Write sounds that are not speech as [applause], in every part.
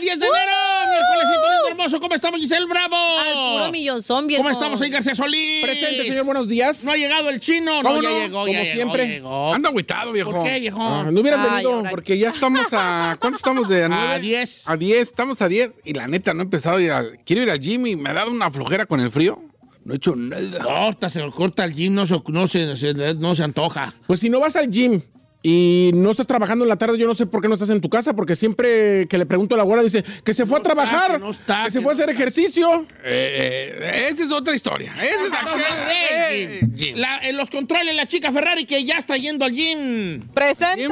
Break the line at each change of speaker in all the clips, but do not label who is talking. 10 de enero, miércolesito lindo, hermoso. ¿Cómo estamos, Giselle Bravo?
Al puro millón zombie.
¿Cómo estamos hoy, García Solís?
Presente, señor, buenos días.
No ha llegado el chino. No,
¿Cómo
ya
no?
llegó, ya
Como
llegó,
siempre.
llegó.
Anda agüitado, viejo.
¿Por qué, viejo?
Ah, no hubieras
Ay,
venido
ahora-
porque ya estamos a... ¿Cuánto estamos de nueve?
[laughs] A 10.
A 10, estamos a 10 y la neta no he empezado a ir al... Quiero ir al gym y me ha dado una flojera con el frío. No he hecho nada.
No, hasta se corta el gym, no se, no se, se- no se antoja.
Pues si no vas al gym y no estás trabajando en la tarde, yo no sé por qué no estás en tu casa, porque siempre que le pregunto a la guarda dice que se fue a
No está,
trabajar,
que no está,
que se
que
fue a
no
hacer ejercicio.
Eh, eh, esa es otra historia. Esa es aquella-
Eh,
eh, gym.
la- en los controles, la chica Ferrari que ya está yendo al gym.
¡Presente!
Jim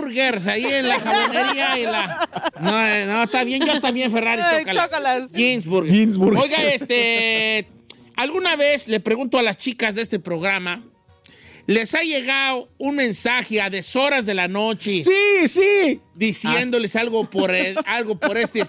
Burgers ahí en la jabonería y la. No, eh, no, está bien, yo también, Ferrari.
[laughs] Ay,
chócala.
chócalas.
Jim's Burgers.
Jim's Burgers.
Oiga, este. ¿Alguna vez le pregunto a las chicas de este programa? ¿Les ha llegado un mensaje a deshoras de la noche
Sí, sí.
diciéndoles algo por el- algo por este?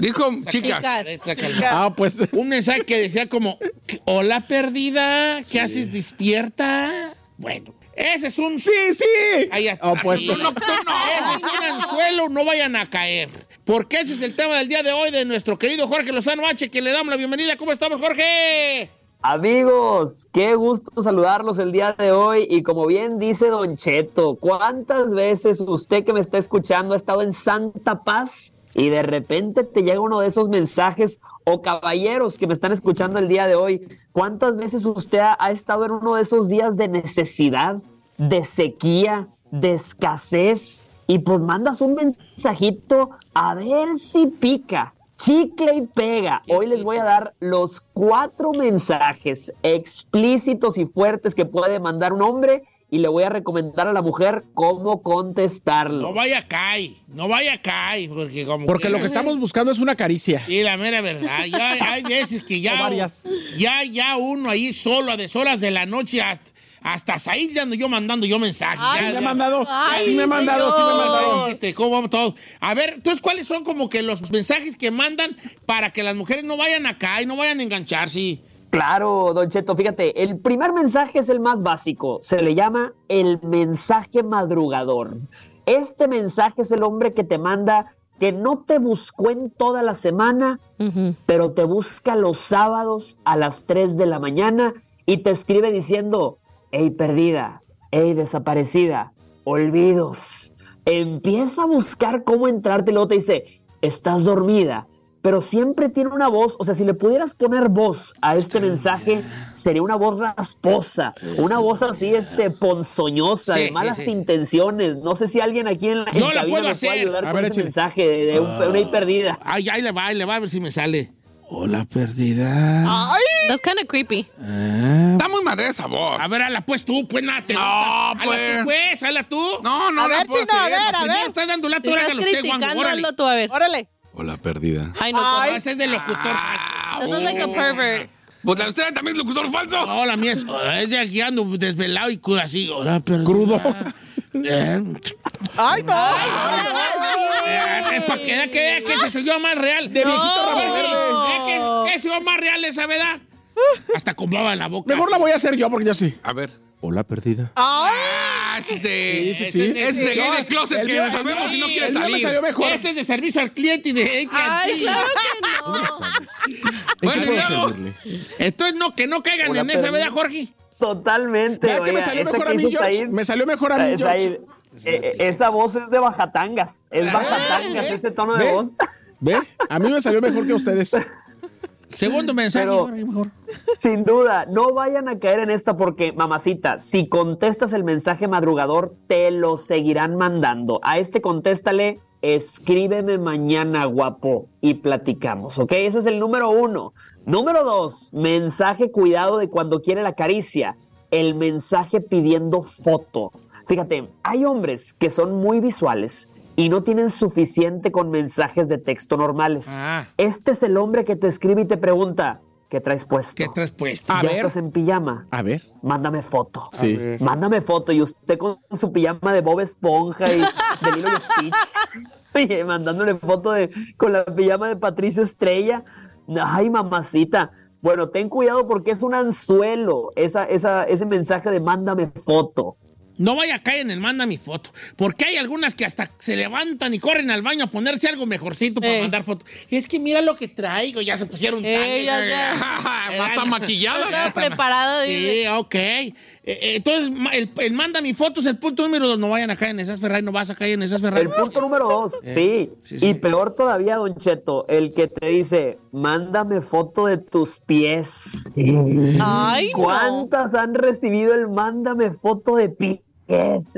Dijo, chicas,
Chicas.
esta calma?
Ah, pues
Un mensaje que decía como, hola perdida, ¿qué haces despierta? Bueno, ese es un...
sí, sí.
Ahí está.
Ah, pues.
No, no, no, no. Ese es un anzuelo, no vayan a caer. Porque ese es el tema del día de hoy de nuestro querido Jorge Lozano H, que le damos la bienvenida. ¿Cómo estamos, Jorge?
Amigos, qué gusto saludarlos el día de hoy y como bien dice Don Cheto, ¿cuántas veces usted que me está escuchando ha estado en Santa Paz y de repente te llega uno de esos mensajes o caballeros que me están escuchando el día de hoy? ¿Cuántas veces usted ha, ha estado en uno de esos días de necesidad, de sequía, de escasez? Y pues mandas un mensajito a ver si pica. Chicle y pega. Hoy les voy a dar los cuatro mensajes explícitos y fuertes que puede mandar un hombre y le voy a recomendar a la mujer cómo
No
contestarlo.
vaya a caer, no vaya a caer, porque como...
Porque lo que
quiera.
estamos buscando es una caricia.
Sí, la mera verdad. Ya hay- hay veces que ya.
O varias.
Ya, ya uno ahí solo a deshoras de la noche hasta, hasta Said le ando yo mandando yo mensajes.
Ay,
Me
ya,
ha
ya.
mandado,
Ay,
sí me ha mandado, sí me ha
señor.
mandado.
Este, ¿Cómo vamos todos? A ver, entonces, ¿cuáles son como que los mensajes que mandan para que las mujeres no vayan acá y no vayan a engancharse?
Claro, Don Cheto, fíjate, el primer mensaje es el más básico. Se le llama el mensaje madrugador. Este mensaje es el hombre que te manda que no te buscó en toda la semana, pero te busca los sábados a las 3 de la mañana y te escribe diciendo, hey perdida, hey desaparecida, olvidos. Empieza a buscar cómo entrarte y luego te dice, estás dormida, pero siempre tiene una voz, o sea, si le pudieras poner voz a este mensaje, sería una voz rasposa, una voz así, este, ponzoñosa,
Sí,
de malas
sí, sí.
intenciones. No sé si alguien aquí en la, en
Yo la
cabina
puedo
me
hacer.
puede ayudar
A
con
ver,
ese
échale.
mensaje de, de un- una ahí perdida.
Ay, ahí le va, ahí le va a ver si me sale.
Hola, perdida.
That's kind of creepy.
Ah. Está muy madre esa voz.
A ver, hala pues tú, pues nada, te
No,
gusta. Hala
pues.
tú, pues, hala tú.
No, no,
A
la
ver,
puedo
chino, a
hacer.
ver, a
Pues
ver.
no, estás dando lata,
Te
ahora
estás
que lo esté, Juan.
criticando,
Órale.
hazlo tú, a ver.
Órale.
Hola, perdida.
Ay, no.
No, ese es de locutor. Oh.
That sounds like a pervert.
Pues la usted también es locutor falso.
No, la mía es, es de aquí ando desvelado y crudo así. Hola,
Ah, [laughs]
perdida.
Crudo.
Eh,
Ay, no.
eh, para que vea que, vea que se soy más real.
De viejito
Pues
Ramón
sí,
Verde.
vea que, que soy más real esa, ¿verdad? Hasta con baba en la boca.
Mejor la voy a hacer yo porque yo sí.
A ver.
Hola, perdida.
Ay,
Ah, este.
Sí, sí,
ese
sí.
es de-
Ese gay del closet
El
que
mío-
le sabemos
el
si no
mío-
quiere
el mío me
salir.
salió mejor.
Ese es de servicio al cliente y de eh, AT&T.
Ay, claro que no.
Bueno,
¿En qué puedo
y luego-
servirle?
Entonces no, que no caigan
Una
en esa,
perla.
¿verdad, Jorge?
Totalmente.
Vea que me
oiga,
salió
esa
mejor
que
a mí,
hizo
George.
Said-
Me salió mejor a mí,
Said, eh,
George.
eh, esa voz es de bajatangas. Es bajatangas
eh,
ese tono de
ve.
voz.
¿Ve? A mí me salió mejor que a ustedes.
Segundo mensaje,
Pero-
Jorge, mejor.
[laughs] Sin duda, no vayan a caer en esta porque, mamacita, si contestas el mensaje madrugador, te lo seguirán mandando. A este contéstale, escríbeme mañana, guapo, y platicamos, ¿ok? Ese es el número uno. Número dos, mensaje cuidado de cuando quiere la caricia. El mensaje pidiendo foto. Fíjate, hay hombres que son muy visuales y no tienen suficiente con mensajes de texto normales.
Ah.
Este es el hombre que te escribe y te pregunta, ¿qué traes puesto?
¿Qué traes puesto?
A
ya
ver.
estás en pijama.
A ver.
Mándame foto.
Sí.
Mándame foto. Y usted con su pijama de Bob Esponja y de Lilo y Stitch. [laughs] Oye, mandándole foto de, con la pijama de Patricio Estrella. Ay, mamacita. Bueno, ten cuidado porque es un anzuelo esa, esa, ese mensaje de mándame foto.
No vaya a caer en el manda mi foto. Porque hay algunas que hasta se levantan y corren al baño a ponerse algo mejorcito para
Eh.
mandar fotos. Es que mira lo que traigo, ya se pusieron
Eh,
tanga. [laughs]
ya, ya.
Más está maquillada.
Estaba preparada.
Sí, ok. Eh, eh, Entonces, ma- el, el manda mi foto es el punto número dos. No vayan a caer en esas Ferrari, no vas a caer en esas Ferrari.
El punto número dos, sí.
sí, sí.
Y peor todavía, Don Cheto, el que te dice, mándame foto de tus pies.
Ay, no.
¿Cuántas han recibido el mándame foto de pies?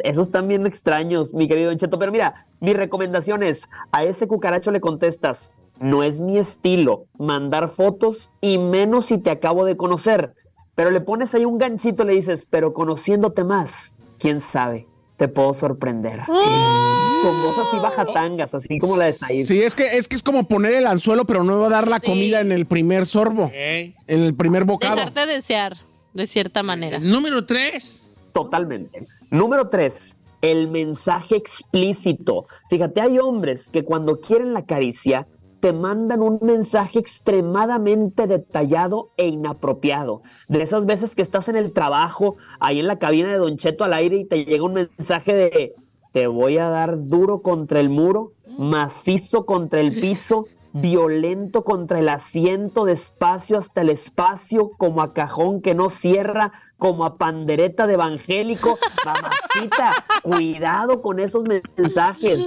Esos están bien extraños, mi querido Don Cheto. Pero mira, mi recomendación es, a ese cucaracho le contestas, no es mi estilo mandar fotos y menos si te acabo de conocer. Pero le pones ahí un ganchito, le dices, pero conociéndote más, quién sabe, te puedo sorprender.
Ah.
Con voz así bajatangas, así como la de Said.
Sí, es que, es que es como poner el anzuelo, pero no va a dar la
Sí.
comida en el primer sorbo,
Ok.
en el primer bocado.
Dejarte desear, de cierta manera.
El Eh, número tres.
Totalmente. Número tres, el mensaje explícito. Fíjate, hay hombres que cuando quieren la caricia te mandan un mensaje extremadamente detallado e inapropiado. De esas veces que estás en el trabajo, ahí en la cabina de Don Cheto al aire y te llega un mensaje de te voy a dar duro contra el muro, macizo contra el piso, violento contra el asiento, despacio hasta el espacio, como a cajón que no cierra, como a pandereta de evangélico. Mamacita, cuidado con esos mensajes.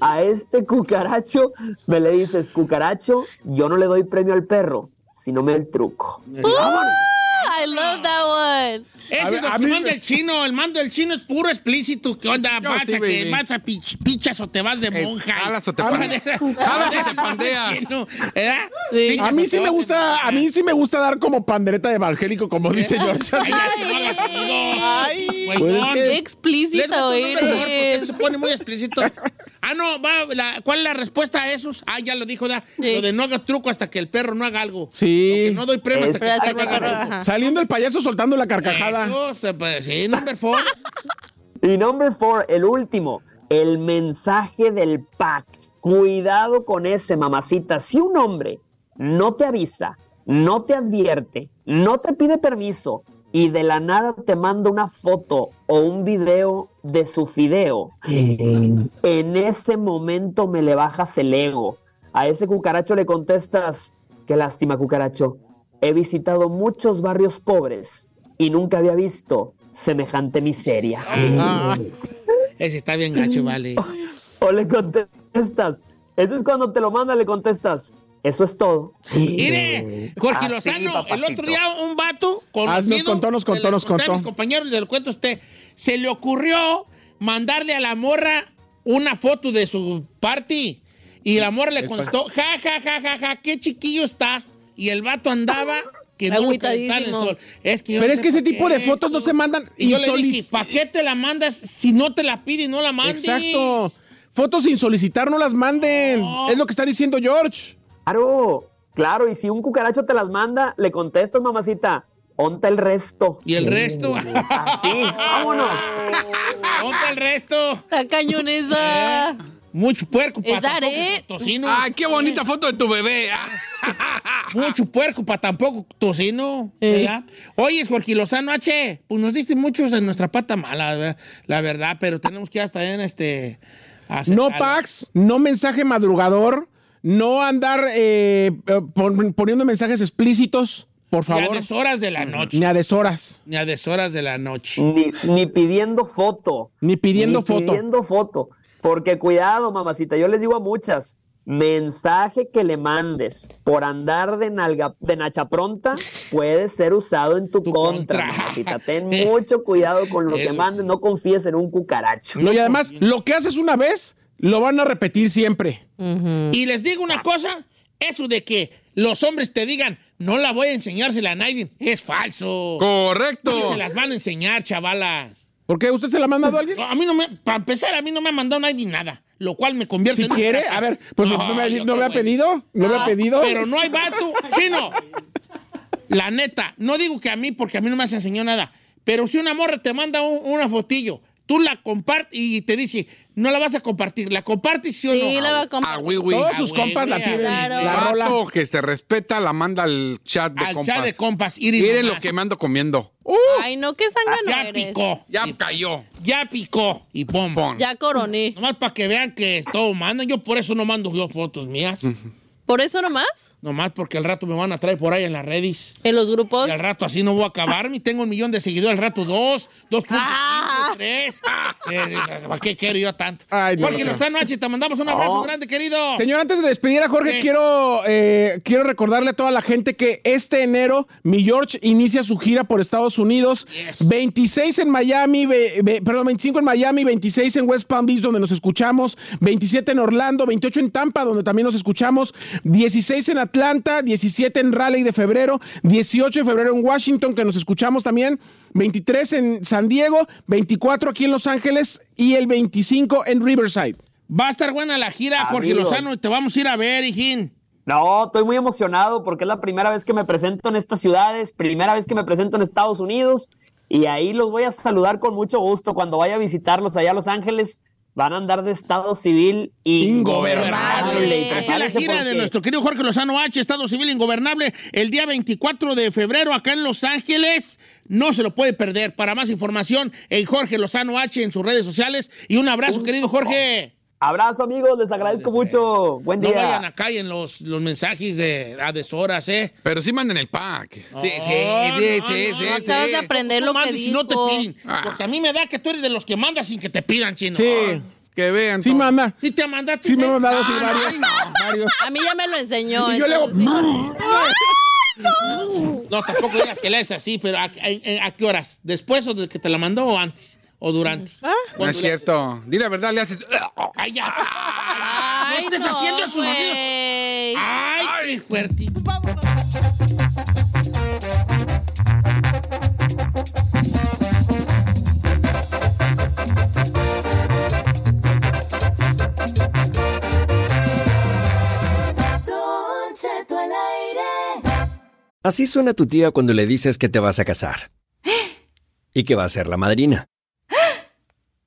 A este cucaracho me le dices, cucaracho, yo no le doy premio al perro, sino me el truco. ¡Vámonos!
I love that one.
ver,
Ese es el
a
que
mí-
manda el chino. El mando del chino es puro explícito. ¿Qué onda?
Yo
Vas
sí,
a que
baby.
vas a pich- pichas o te vas de
Es-
monja.
jalas o te
Habla [laughs]
pandeas.
de-
Jalas o te
de-
pandeas.
chino, ¿verdad?
Sí.
Pichas
A
o
mí
te
sí me
vas de
gusta,
monja.
a mí sí me gusta dar como pandereta de evangélico, como dice George.
Cállate, no hagas ruido.
Pues es
Güeyón.
Qué
que-
Les doy
explícito
tu número, por favor, porque
eres.
se pone muy explícito. Ah, no, va, la- ¿cuál es la respuesta a esos? Ah, ya lo dijo, da.
Sí.
Lo de no haga truco hasta que el perro no haga algo. O que
Sí.
no doy premio hasta que
Pero
el
hasta
perro
que
haga
perro,
algo.
ajá.
Saliendo el payaso soltando la carcajada.
Eso, se- pues, sí, number four.
Y number four, el último, el mensaje del pack. Cuidado con ese, mamacita. Si un hombre no te avisa, no te advierte, no te pide permiso y de la nada te manda una foto o un video de su fideo, en ese momento me le bajas el ego. A ese cucaracho le contestas, qué lástima cucaracho, he visitado muchos barrios pobres y nunca había visto semejante miseria.
Ah,
Ese está bien gacho, vale.
O le contestas. Ese es cuando te lo manda, le contestas. Eso es todo.
Mire, Jorge
Así,
Lozano, el
papacito.
otro día un vato
Ah, nos
conocido,
contó, nos contó,
se lo
nos
conté a
contó.
mis compañeros, les lo cuento a usted, se le ocurrió mandarle a la morra una foto de su party y la morra le contestó, ja, ja, ja, ja, ja, qué chiquillo está. Y el vato andaba que no le
Agüitadísimo.
calentaba el sol. Es que yo
Pero
no
es
sé
que ese
por
tipo de
qué
fotos no
esto.
se mandan
Y yo le dije,
insolic-
¿para qué te la mandas si no te la pide y no la mandes?
exacto. Fotos sin solicitar, no las manden. Es lo que está diciendo George.
Claro, claro. Y si un cucaracho te las manda, le contestas, mamacita. Onta el resto.
Y el resto,
Así, vámonos.
Ah.
¿dónde el resto? Eh,
Está cañonesa.
Mucho puerco
Is
para
that
tampoco
it?
tocino.
¡Ay, qué bonita foto de tu
[laughs]
bebé! Ah.
Mucho puerco para tampoco tocino.
Eh.
¿verdad? Oye, Jorge Lozano H, pues nos diste muchos en nuestra pata mala, ¿verdad? la verdad, pero tenemos que ir hasta en este.
No
aceptarlo.
packs, no mensaje madrugador, no andar eh, pon- poniendo mensajes explícitos, por
Ni a
favor,
deshoras de la noche.
ni a deshoras,
Ni a deshoras de la noche.
Ni, ni pidiendo foto.
ni pidiendo
Ni
foto.
Pidiendo foto. Porque cuidado, mamacita, yo les digo a muchas, mensaje que le mandes por andar de nalga, de nacha pronta puede ser usado en tu,
Tu
contra,
contra. [laughs]
mamacita. Ten mucho cuidado con lo que
Eso
mandes,
sí.
no confíes en un cucaracho.
No, y además, lo que haces una vez, lo van a repetir siempre.
Y les digo
Ah.
una cosa, eso de que los hombres te digan, no la voy a enseñársela a nadie, es falso. Sí
¡Correcto!
se las van a enseñar, chavalas.
¿Por qué? ¿Usted se la ha mandado a alguien?
No, A mí no me, para empezar, a mí no me ha mandado nadie nada, lo cual me convierte
Si
en... un
quiere, a
fracaso.
ver, pues no, me,
yo
ha- no
qué
me ha
güey. Ah,
pedido, no me ha pedido.
Pero no hay vato, chino. La neta, no digo que a mí, porque a mí no me has enseñado nada, pero si una morra te manda un- una fotillo, tú la compartes y te dice, no la vas a compartir, la compartes sí o no.
Sí, la va a
¡A
comprar.
Wiwi!
Todos
Ah,
sus
güey,
compas la
güey,
tienen.
claro.
La rola.
Vato que se respeta la manda al chat de
al
compas.
chat de compas. Iris
Miren lo
nomás.
que me ando comiendo.
Uh. Ay, no, qué sangre
Ah, Ya
eres.
picó.
Ya
Y-
cayó.
ya picó. Y pum.
Pon.
Ya coroné.
Pues, Nomás para que vean que todo mandan. Yo por eso no mando yo fotos mías.
¿Por eso nomás?
Nomás porque al rato me van a traer por ahí en las redes.
En los grupos.
Y al rato así no voy a acabar. Y tengo un millón de seguidores. Al rato dos, dos puntos,
Ah.
cinco, tres. Eh, eh, ¿Para qué quiero yo tanto?
Ay, no,
Jorge
no.
Lozano H, te mandamos un abrazo grande, querido.
Señor, antes de despedir a Jorge,
¿Qué?
quiero, eh, quiero recordarle a toda la gente que este enero mi George inicia su gira por Estados Unidos.
Yes.
26 en Miami, ve- ve- perdón, 25 en Miami, 26 en West Palm Beach, donde nos escuchamos, 27 en Orlando, 28 en Tampa, donde también nos escuchamos, 16 en Atlanta, 17 en Raleigh de febrero, 18 de febrero en Washington, que nos escuchamos también, 23 en San Diego, 24 aquí en Los Ángeles y el 25 en Riverside.
Va a estar buena la gira, Jorge
Amigos.
Lozano. y Te vamos a ir a ver, hijín.
No, estoy muy emocionado porque es la primera vez que me presento en estas ciudades, primera vez que me presento en Estados Unidos y ahí los voy a saludar con mucho gusto cuando vaya a visitarlos allá a Los Ángeles. Van a andar de estado civil ingobernable.
Ingobernable.
Y
Así es la
prepárense
gira de
porque-
nuestro querido Jorge Lozano H, Estado Civil Ingobernable, el día 24 de febrero acá en Los Ángeles. No se lo puede perder. Para más información, el Jorge Lozano H en sus redes sociales. Y un abrazo, querido Jorge.
Abrazo, amigos, les agradezco mucho. Buen
pues. No
día.
vayan acá y en los, los mensajes de a deshoras, ¿eh?
Pero sí manden el pack. Ah, Sí, sí, sí,
no, no,
sí,
no,
sí,
no,
sí.
Acabas de aprender lo
Tú mandas
que
y si no te
dijo.
piden.
Ah.
Porque a mí me da que tú eres de los que mandas sin que te pidan, chino. Ah.
Sí,
Que vean.
sí,
todo.
mamá.
Sí te mandaste.
Sí, me han mandado
Ah,
sí,
no,
varios.
ay, no.
varios.
[laughs] A mí ya me lo enseñó.
Y yo le hago.
entonces,
[laughs]
Ah,
No, tampoco digas que lees así, pero ¿a, a- a qué horas? ¿Después o de que te la mandó o antes? ¿O durante?
Ah.
No es cierto. Dile la verdad, le haces. Ah,
¡Ay, ya!
Ay,
Ah, ¡No estés
no,
haciendo esos
güey.
sonidos! ¡Ay, qué fuerte!
Así suena tu tía cuando le dices que te vas a casar. Y que va a ser la madrina.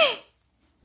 [gasps]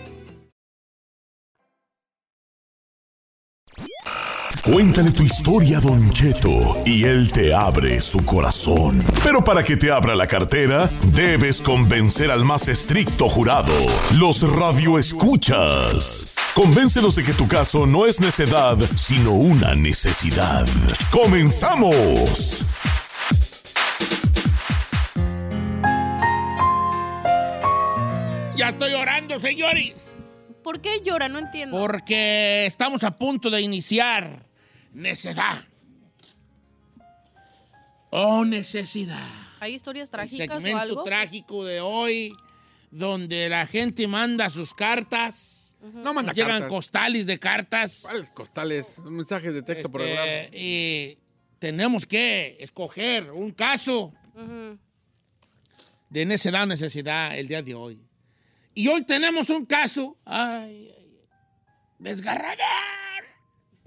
Cuéntale tu historia a Don Cheto y él te abre su corazón. Pero para que te abra la cartera, debes convencer al más estricto jurado, los radioescuchas. Convéncelos de que tu caso no es necedad, sino una necesidad. ¡Comenzamos!
Ya estoy orando, señores.
¿Por qué llora? No entiendo.
Porque estamos a punto de iniciar necedad. Oh, necesidad.
¿Hay historias
El
trágicas o
segmento
algo?
trágico de hoy, donde la gente manda sus cartas.
No manda
Nos llegan
cartas.
costales de cartas.
¿Cuáles costales? Mensajes de texto por el
Eh, y tenemos que escoger un caso
Ujú.
de necesidad necesidad el día de hoy. Y hoy tenemos un caso. Ay, ay, desgarrador.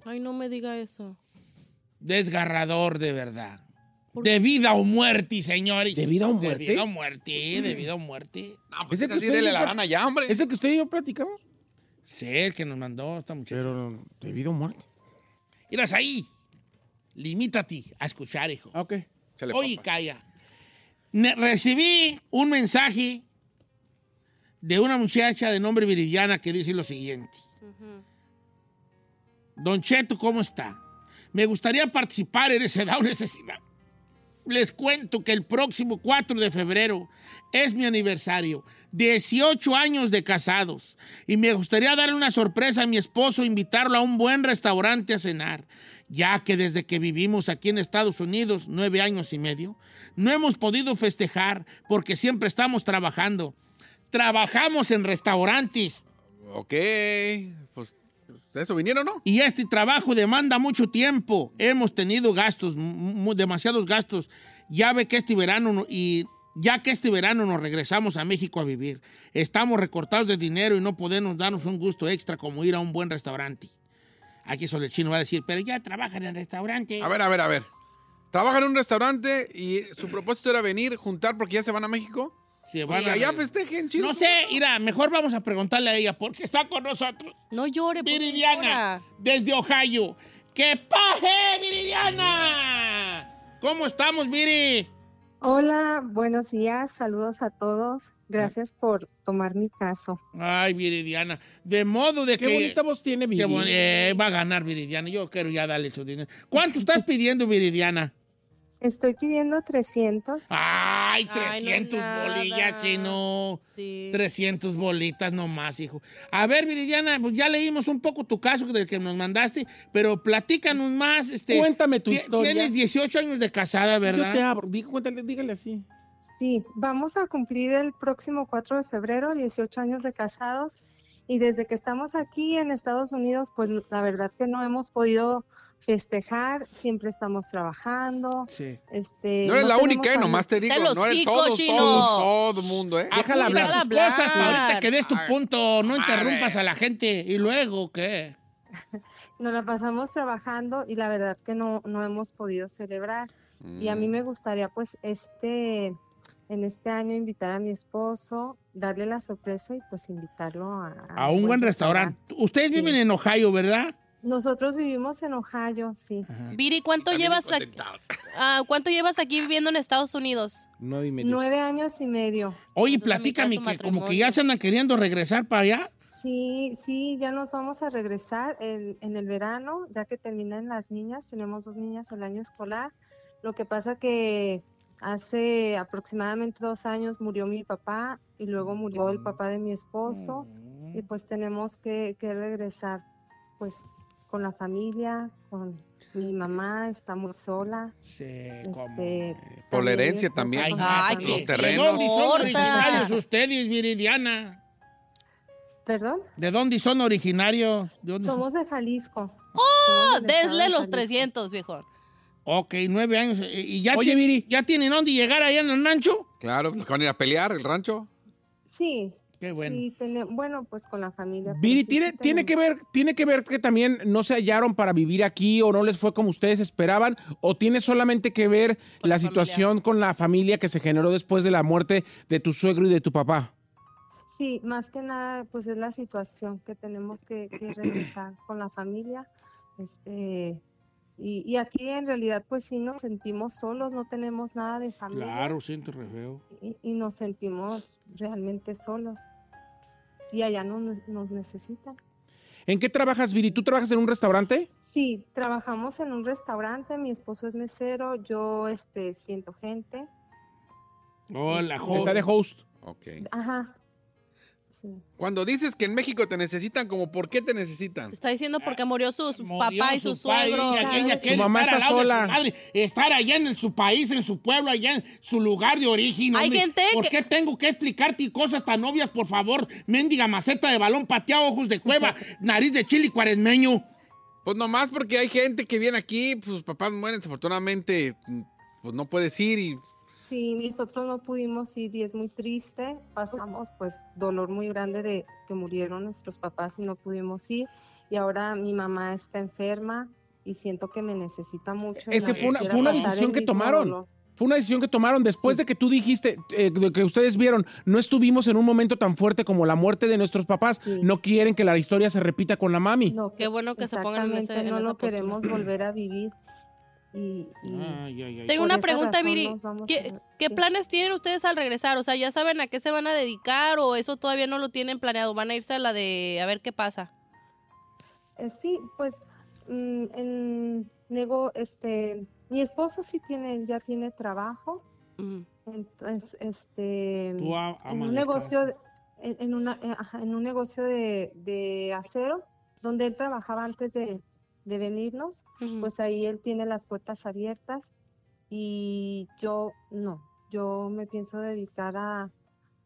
Ay, no me diga eso.
Desgarrador de verdad.
¿Por
De vida o muerte, señores.
¿De vida o muerte? Mm.
De vida o muerte, de vida o muerte.
No, pues
¿Ese
es así,
que
dele
usted
la
dijo?
gana ya, hombre.
¿Es el que usted y yo platicamos?
Sí, el que nos mandó esta muchacha.
Pero te vida o muerte.
Irás ahí. Limítate a escuchar, hijo.
Ah, ok.
Échale,
Oye,
papá.
calla. Ne- recibí un mensaje de una muchacha de nombre Viridiana que dice lo siguiente. Don Cheto, ¿cómo está? Me gustaría participar en ese da necesidad. Les cuento que el próximo 4 de febrero es mi aniversario, 18 años de casados, y me gustaría darle una sorpresa a mi esposo, e invitarlo a un buen restaurante a cenar, ya que desde que vivimos aquí en Estados Unidos, nueve años y medio, no hemos podido festejar porque siempre estamos trabajando. Trabajamos en restaurantes,
Ok. Pues, ¿de eso vinieron no?
y este trabajo demanda mucho tiempo. Hemos tenido gastos, mu- mu- demasiados gastos. Ya ve que este verano no- y ya que este verano nos regresamos a México a vivir. Estamos recortados de dinero y no podemos darnos un gusto extra como ir a un buen restaurante. Aquí solo el chino va a decir, pero ya trabajan en restaurante.
A ver, a ver, a ver. Trabaja en un restaurante y su propósito era venir, juntar porque ya se van a México.
Se
Porque
van a-
allá festejen, chido.
No sé, mira, mejor vamos a preguntarle a ella porque está con nosotros.
No llore, ¿por qué
Viridiana,
llora?
desde Ohio. ¡Que paje, Viridiana! ¿Cómo estamos, Viri?
Hola, buenos días, saludos a todos. Gracias por tomar mi caso.
Ay, Viridiana. De modo de
Qué
que.
bonita voz tiene,
Qué
Viri.
boni- eh, va a ganar Viridiana. Yo quiero ya darle su dinero. ¿Cuánto estás pidiendo, Viridiana?
Estoy pidiendo 300.
Ah,
Ay,
no
300
nada.
bolillas, chino.
Sí.
300 bolitas nomás, hijo. A ver, Viridiana, pues ya leímos un poco tu caso del que nos mandaste, pero platícanos más. Este,
Cuéntame tu
ti-
historia.
Tienes 18 años de casada,
Yo te
¿verdad?
abro. Dí- cuéntale, dígale así.
Sí, vamos a cumplir el próximo 4 de febrero, 18 años de casados. Y desde que estamos aquí en Estados Unidos, pues la verdad que no hemos podido festejar, siempre estamos trabajando.
Sí.
Este,
No eres la
tenemos
única, eh,
fami-
nomás te digo.
Te los
No eres
cico,
todos,
chino.
todos, todo el mundo, eh.
Déjala
Apunta
hablar.
tus
Déjala
cosas
hablar.
para ahorita que des tu
Ay,
punto. No
madre.
interrumpas a la gente. ¿Y luego qué?
Nos la pasamos trabajando y la verdad que no, no hemos podido celebrar. Y a mí me gustaría, pues, este, en este año invitar a mi esposo, darle la sorpresa y pues invitarlo a,
A un buen restaurante. Ustedes
Sí.
viven en Ohio, ¿verdad?
Nosotros vivimos en Ohio, sí.
Viri, ¿cuánto llevas, aquí, ah, ¿cuánto llevas aquí viviendo en Estados Unidos?
Nueve y media.
Nueve años y medio.
Oye,
Entonces,
platícame
en mi
que
caso,
como que ya se andan queriendo regresar para allá.
Sí, sí, ya nos vamos a regresar el- en el verano, ya que terminan las niñas, tenemos dos niñas el año escolar. Lo que pasa que Hace aproximadamente dos años murió mi papá y luego murió el papá de mi esposo y pues tenemos que, que regresar pues con la familia, con mi mamá, está muy sola. Este,
Por la herencia
también,
también.
Ay,
los
que-
¿De
terrenos.
dónde son originarios ustedes, Viridiana?
¿Perdón?
¿De dónde son originarios? ¿De dónde son?
Somos de Jalisco.
¡Oh!
del estado
Desle
de
los
Jalisco.
300, viejo.
Ok, nueve años. eh, ¿Y ya,
Oye,
ti-
Viri.
ya tienen dónde llegar allá en el rancho?
Claro, pues, van a ir a pelear el rancho.
Sí.
Qué
bueno. Sí, tene- bueno, pues con la familia.
Viri,
pero sí,
tiene,
sí
tiene, que ver, tiene que ver que también no se hallaron para vivir aquí o no les fue como ustedes esperaban o tiene solamente que ver la situación con la familia que se generó después de la muerte de tu suegro y de tu papá.
Sí, más que nada, pues es la situación que tenemos que, que regresar con la familia. Este, y, y aquí en realidad, pues sí nos sentimos solos, no tenemos nada de familia
Claro, siento re feo.
y, y nos sentimos realmente solos. Y allá no nos, nos necesitan.
¿En qué trabajas, Viri? ¿Tú trabajas en un restaurante?
Sí, trabajamos en un restaurante, mi esposo es mesero, yo este, siento gente.
Hola, joven.
Está de host.
Ok.
Ajá. Sí.
Cuando dices que en México te necesitan, como por qué te necesitan?
Está diciendo porque murió su su papá y su,
padre,
suegro.
ella- ella quiere
mamá
estar
está
al lado de su
sola.
madre, estar allá en su país, en su pueblo, allá en su lugar de origen.
Hay
hombre.
gente
¿Por
que-
qué tengo que explicarte cosas tan obvias, por favor? Méndiga maceta de balón pateado, ojos de
[laughs]
cueva, nariz de chili cuaresmeño.
Pues nomás porque hay gente que viene aquí, pues sus papás mueren, desafortunadamente, pues no puedes ir y
Sí, nosotros no pudimos ir y es muy triste. Pasamos pues dolor muy grande de que murieron nuestros papás y no pudimos ir. Y ahora mi mamá está enferma y siento que me necesita mucho. y
Es que
no
fue una,
quisiera
fue una
pasar el
decisión que
mismo
tomaron.
dolor.
Fue una decisión que tomaron después
Sí.
de que tú dijiste, eh, de que ustedes vieron, no estuvimos en un momento tan fuerte como la muerte de nuestros papás.
Sí.
No quieren que la historia se repita con la mami.
No,
Qué bueno que se pongan en
exactamente,
ese- en
no
esa
lo
postura.
queremos volver a vivir. Y, y
Ay, ay, ay.
Tengo
por
una
esa
pregunta,
razón
Viri.
nos vamos
¿Qué,
a-
qué
sí.
planes tienen ustedes al regresar? O sea, ¿ya saben a qué se van a dedicar o eso todavía no lo tienen planeado? ¿Van a irse a la de a ver qué pasa?
Eh, sí, pues mm, en nego, este, mi esposo sí tiene, ya tiene trabajo. Entonces, este,
Tú a-
en
ama
un
de
negocio,
casa.
de- en, en una, eh, ajá, en un negocio de, de acero, donde él trabajaba antes de, de venirnos,
Ujú.
pues ahí él tiene las puertas abiertas y yo no, yo me pienso dedicar a,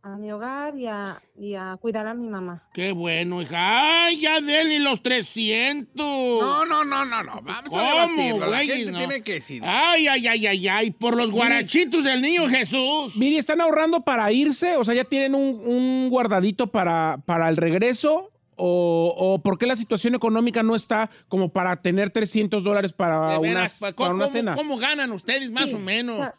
a mi hogar y a, y a cuidar a mi mamá.
Qué bueno, hija. Ay, ya denle los 300.
No, no, no, no, no. Vamos
¿Cómo,
a debatirlo. La
güey?
gente
No.
tiene que decidir.
Ay, ay, ay, ay, ay. Por los guarachitos del niño Jesús.
Miri, ¿están ahorrando para irse? O sea, ¿ya tienen un, un guardadito para, para el regreso? ¿O, o por qué la situación económica no está como para tener 300 dólares para,
De veras,
unas-
¿cómo-
para una
cómo-
cena?
¿Cómo ganan ustedes, más
Sí,
o menos?
sa-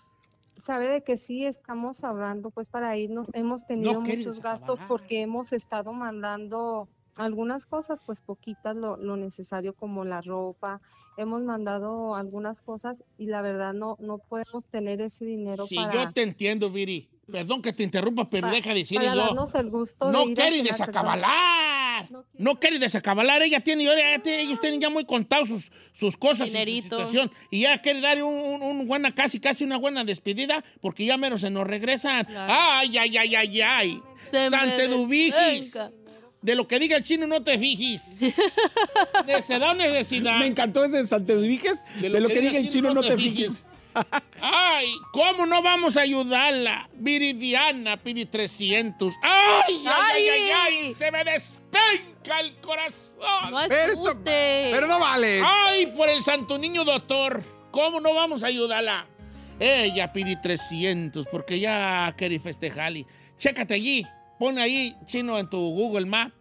Sabe de que sí estamos hablando, pues para irnos hemos tenido
quieres
muchos gastos
acabar.
porque hemos estado mandando algunas cosas, pues poquitas lo, lo necesario como la ropa, hemos mandado algunas cosas y la verdad no no podemos tener ese dinero
Si
para,
yo te entiendo, Viri. Perdón que te interrumpa, pero
pa-
deja de decir
para
eso.
darnos el gusto
No
de ir a
quiere
cenar, perdón.
desacabalar.
No quiere.
No quiere desacabalar. Ella tiene, ella tiene- ellos tienen ya muy contados sus, sus cosas y su
Dinerito.
situación. Y ya quiere dar un, un- un buena, casi, casi una buena despedida, porque ya menos se nos regresan.
Claro.
Ay, ay, ay, ay, ay.
Se me
Santedubigis.
despenca.
De lo que diga el chino, no te fijes. De- se da necesidad.
Me encantó ese Santeduriges. De, lo que, diga el chino no te fijes.
Ay, ¿cómo no vamos a ayudarla? Viridiana pide 300. ¡Ay, ay, ay, ay, ay! Se me despenca el corazón.
No
Pero, esto-
asuste.
pero no vale.
¡Ay, por el santo niño doctor! ¿Cómo no vamos a ayudarla? Eh, Ella pide 300 porque ya quiere festejarle. Chécate allí. Pone ahí, chino, en tu Google Map.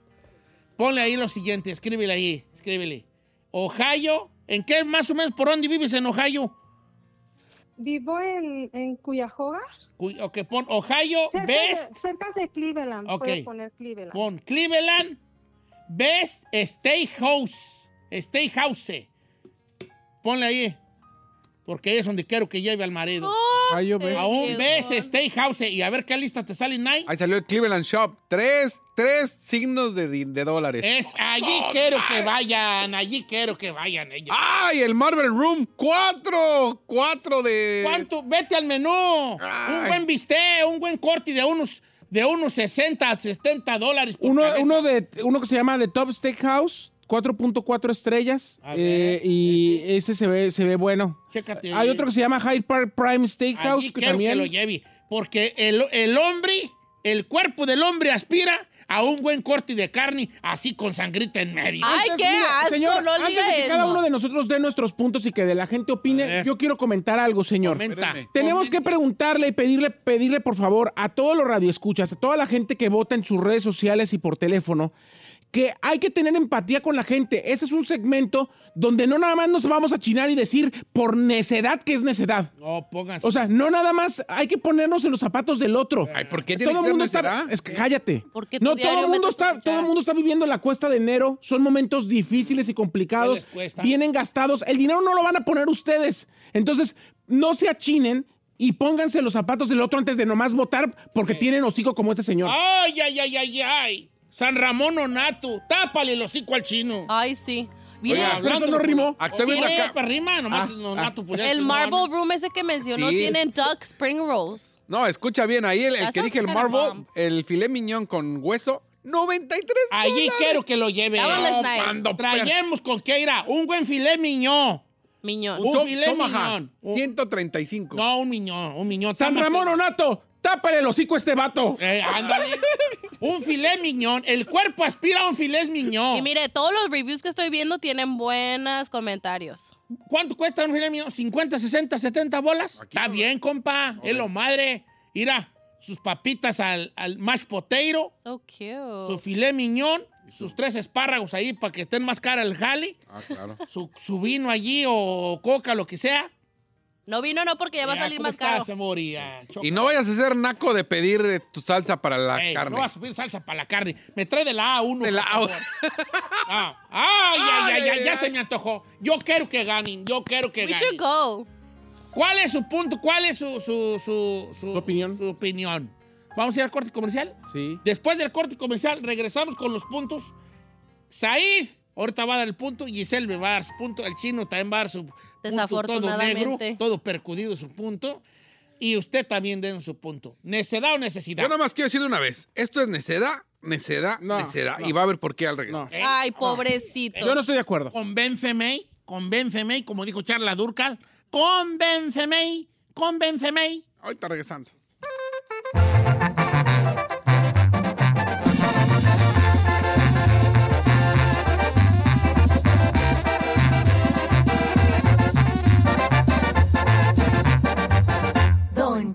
Ponle ahí lo siguiente. Escríbele ahí. Escríbele. Ohio. ¿En qué más o menos por dónde vives en Ohio?
Vivo en, en Cuyahoga,
Cuy- Ok, pon Ohio
cerca,
Best,
de, cerca de Cleveland, puede
Ok.
poner Cleveland.
pon Cleveland Best State House, State House. Ponle ahí, porque ahí es donde quiero que lleve al marido.
A un
A un vez Stay House. Y a ver qué lista te sale, Nike.
Ahí salió el Cleveland Shop. Tres, tres signos de, di- de dólares.
Es allí
Oh,
quiero
madre.
que vayan, allí quiero que vayan ellos.
¡Ay, el Marvel Room! ¡Cuatro! ¡Cuatro de...!
¿Cuánto? Vete al menú. Un buen bistec, un buen corte de unos, de unos 60, 70 dólares. por
Uno,
cabeza.
uno, de, uno que se llama The Top Steakhouse, 4.4 estrellas.
A
eh, y ese se ve, se ve bueno.
Chécate.
Hay otro que se llama Hyde Park Prime Steakhouse,
Allí
que
quiero que
también...
lo lleve. Porque el, el hombre, el cuerpo del hombre aspira a un buen corte de carne, así con sangrita en medio.
Ay, qué asco,
señor,
no
antes
diga
de que
eso.
cada uno de nosotros dé nuestros puntos y que de la gente opine, yo quiero comentar algo, señor.
Comenta.
Tenemos que preguntarle y pedirle, pedirle por favor a todos los radioescuchas, a toda la gente que vota en sus redes sociales y por teléfono, que hay que tener empatía con la gente. Ese es un segmento donde no nada más nos vamos a chinar y decir por necedad que es necedad.
No, pónganse.
O sea, no nada más hay que ponernos en los zapatos del otro.
Ay, ¿por qué tiene
todo el
que ser
mundo está,
necedad?
es que cállate.
Porque
No, todo el mundo está, todo el mundo está viviendo la cuesta de enero. Son momentos difíciles y complicados.
¿Qué les cuesta?
Vienen gastados. El dinero no lo van a poner ustedes. Entonces, no se achinen y pónganse los zapatos del otro antes de nomás votar porque tienen hocico como este señor.
Ay, ay, ay, ay, ay. San Ramón Onato, tápale el hocico al chino.
Ay, sí.
Viene
Oiga,
hablando.
pero eso no rimó. Activen la
Viene
ca-
para rima, nomás
Ah,
Nonato, pues, ya
El
tú no
Marble Room ese que mencionó
Sí.
tiene duck spring rolls.
No, escucha bien. Ahí el, el
That's
que dije el
kind of
Marvel,
bomb.
el filet miñón con hueso, 93
Allí quiero que lo lleve.
That one looks
No,
nice.
Ah,
cuando Traemos per- con qué irá. Un buen filé miñón.
Miñón.
Un,
to-
filé
Tomahawk,
miñón. Un-
135.
no, un miñón, un miñón.
San
Está más
Ramón
que-
Onato, tápale el hocico a este vato.
Eh, ándale. un filé miñón. El cuerpo aspira a un filé
Y
miñón.
mire, todos los reviews que estoy viendo tienen buenos comentarios.
¿Cuánto cuesta un filé miñón? ¿50, 60, 70 bolas? Está bien, compa. Es lo madre. Mira, sus papitas al, al mash potato,
So cute.
su filé miñón, sus tres espárragos ahí para que estén más cara el jale.
Ah, claro.
su, su vino allí o coca, lo que sea.
No vino, no, porque ya va a
Ya,
salir
¿cómo
más
estás,
caro.
amor? Y, ah, choca.
Y no vayas a ser naco de pedir eh, tu salsa para la
Ey,
carne.
No va a subir salsa para la carne. Me trae de la A1.
De la
por favor. Ah. Ay, ay, ay,
Ay,
ay,
ay,
ya
ay.
se me antojó. Yo quiero que ganen, yo quiero que
We should
ganen.
go.
¿Cuál es su punto? ¿Cuál es su, su, su, su,
Su opinión.
su opinión? ¿Vamos a ir al corte comercial?
Sí.
Después del corte comercial regresamos con los puntos. Saif, ahorita va a dar el punto. Giselle me va a dar su punto. El chino también va a dar su punto.
Desafortunadamente.
Todo negro, todo percudido su punto. Y usted también den su punto. ¿Necedad o necesidad?
Yo nada más quiero decir de una vez, esto es necedad, necedad,
No,
necedad.
no.
Y va a ver por qué al regresar.
No.
¿Eh?
Ay, pobrecito.
Yo no estoy de acuerdo.
Convénceme, convénceme, como dijo Charla Durcal, convénceme, convénceme.
Ahorita regresando.
Don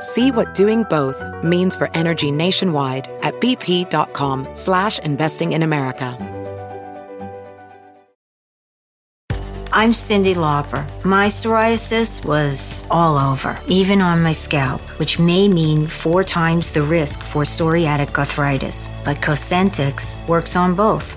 See what doing both means for energy nationwide at bp.com slash investing in America.
I'm Cindy Lauper. My psoriasis was all over, even on my scalp, which may mean four times the risk for psoriatic arthritis. But Cosentix works on both.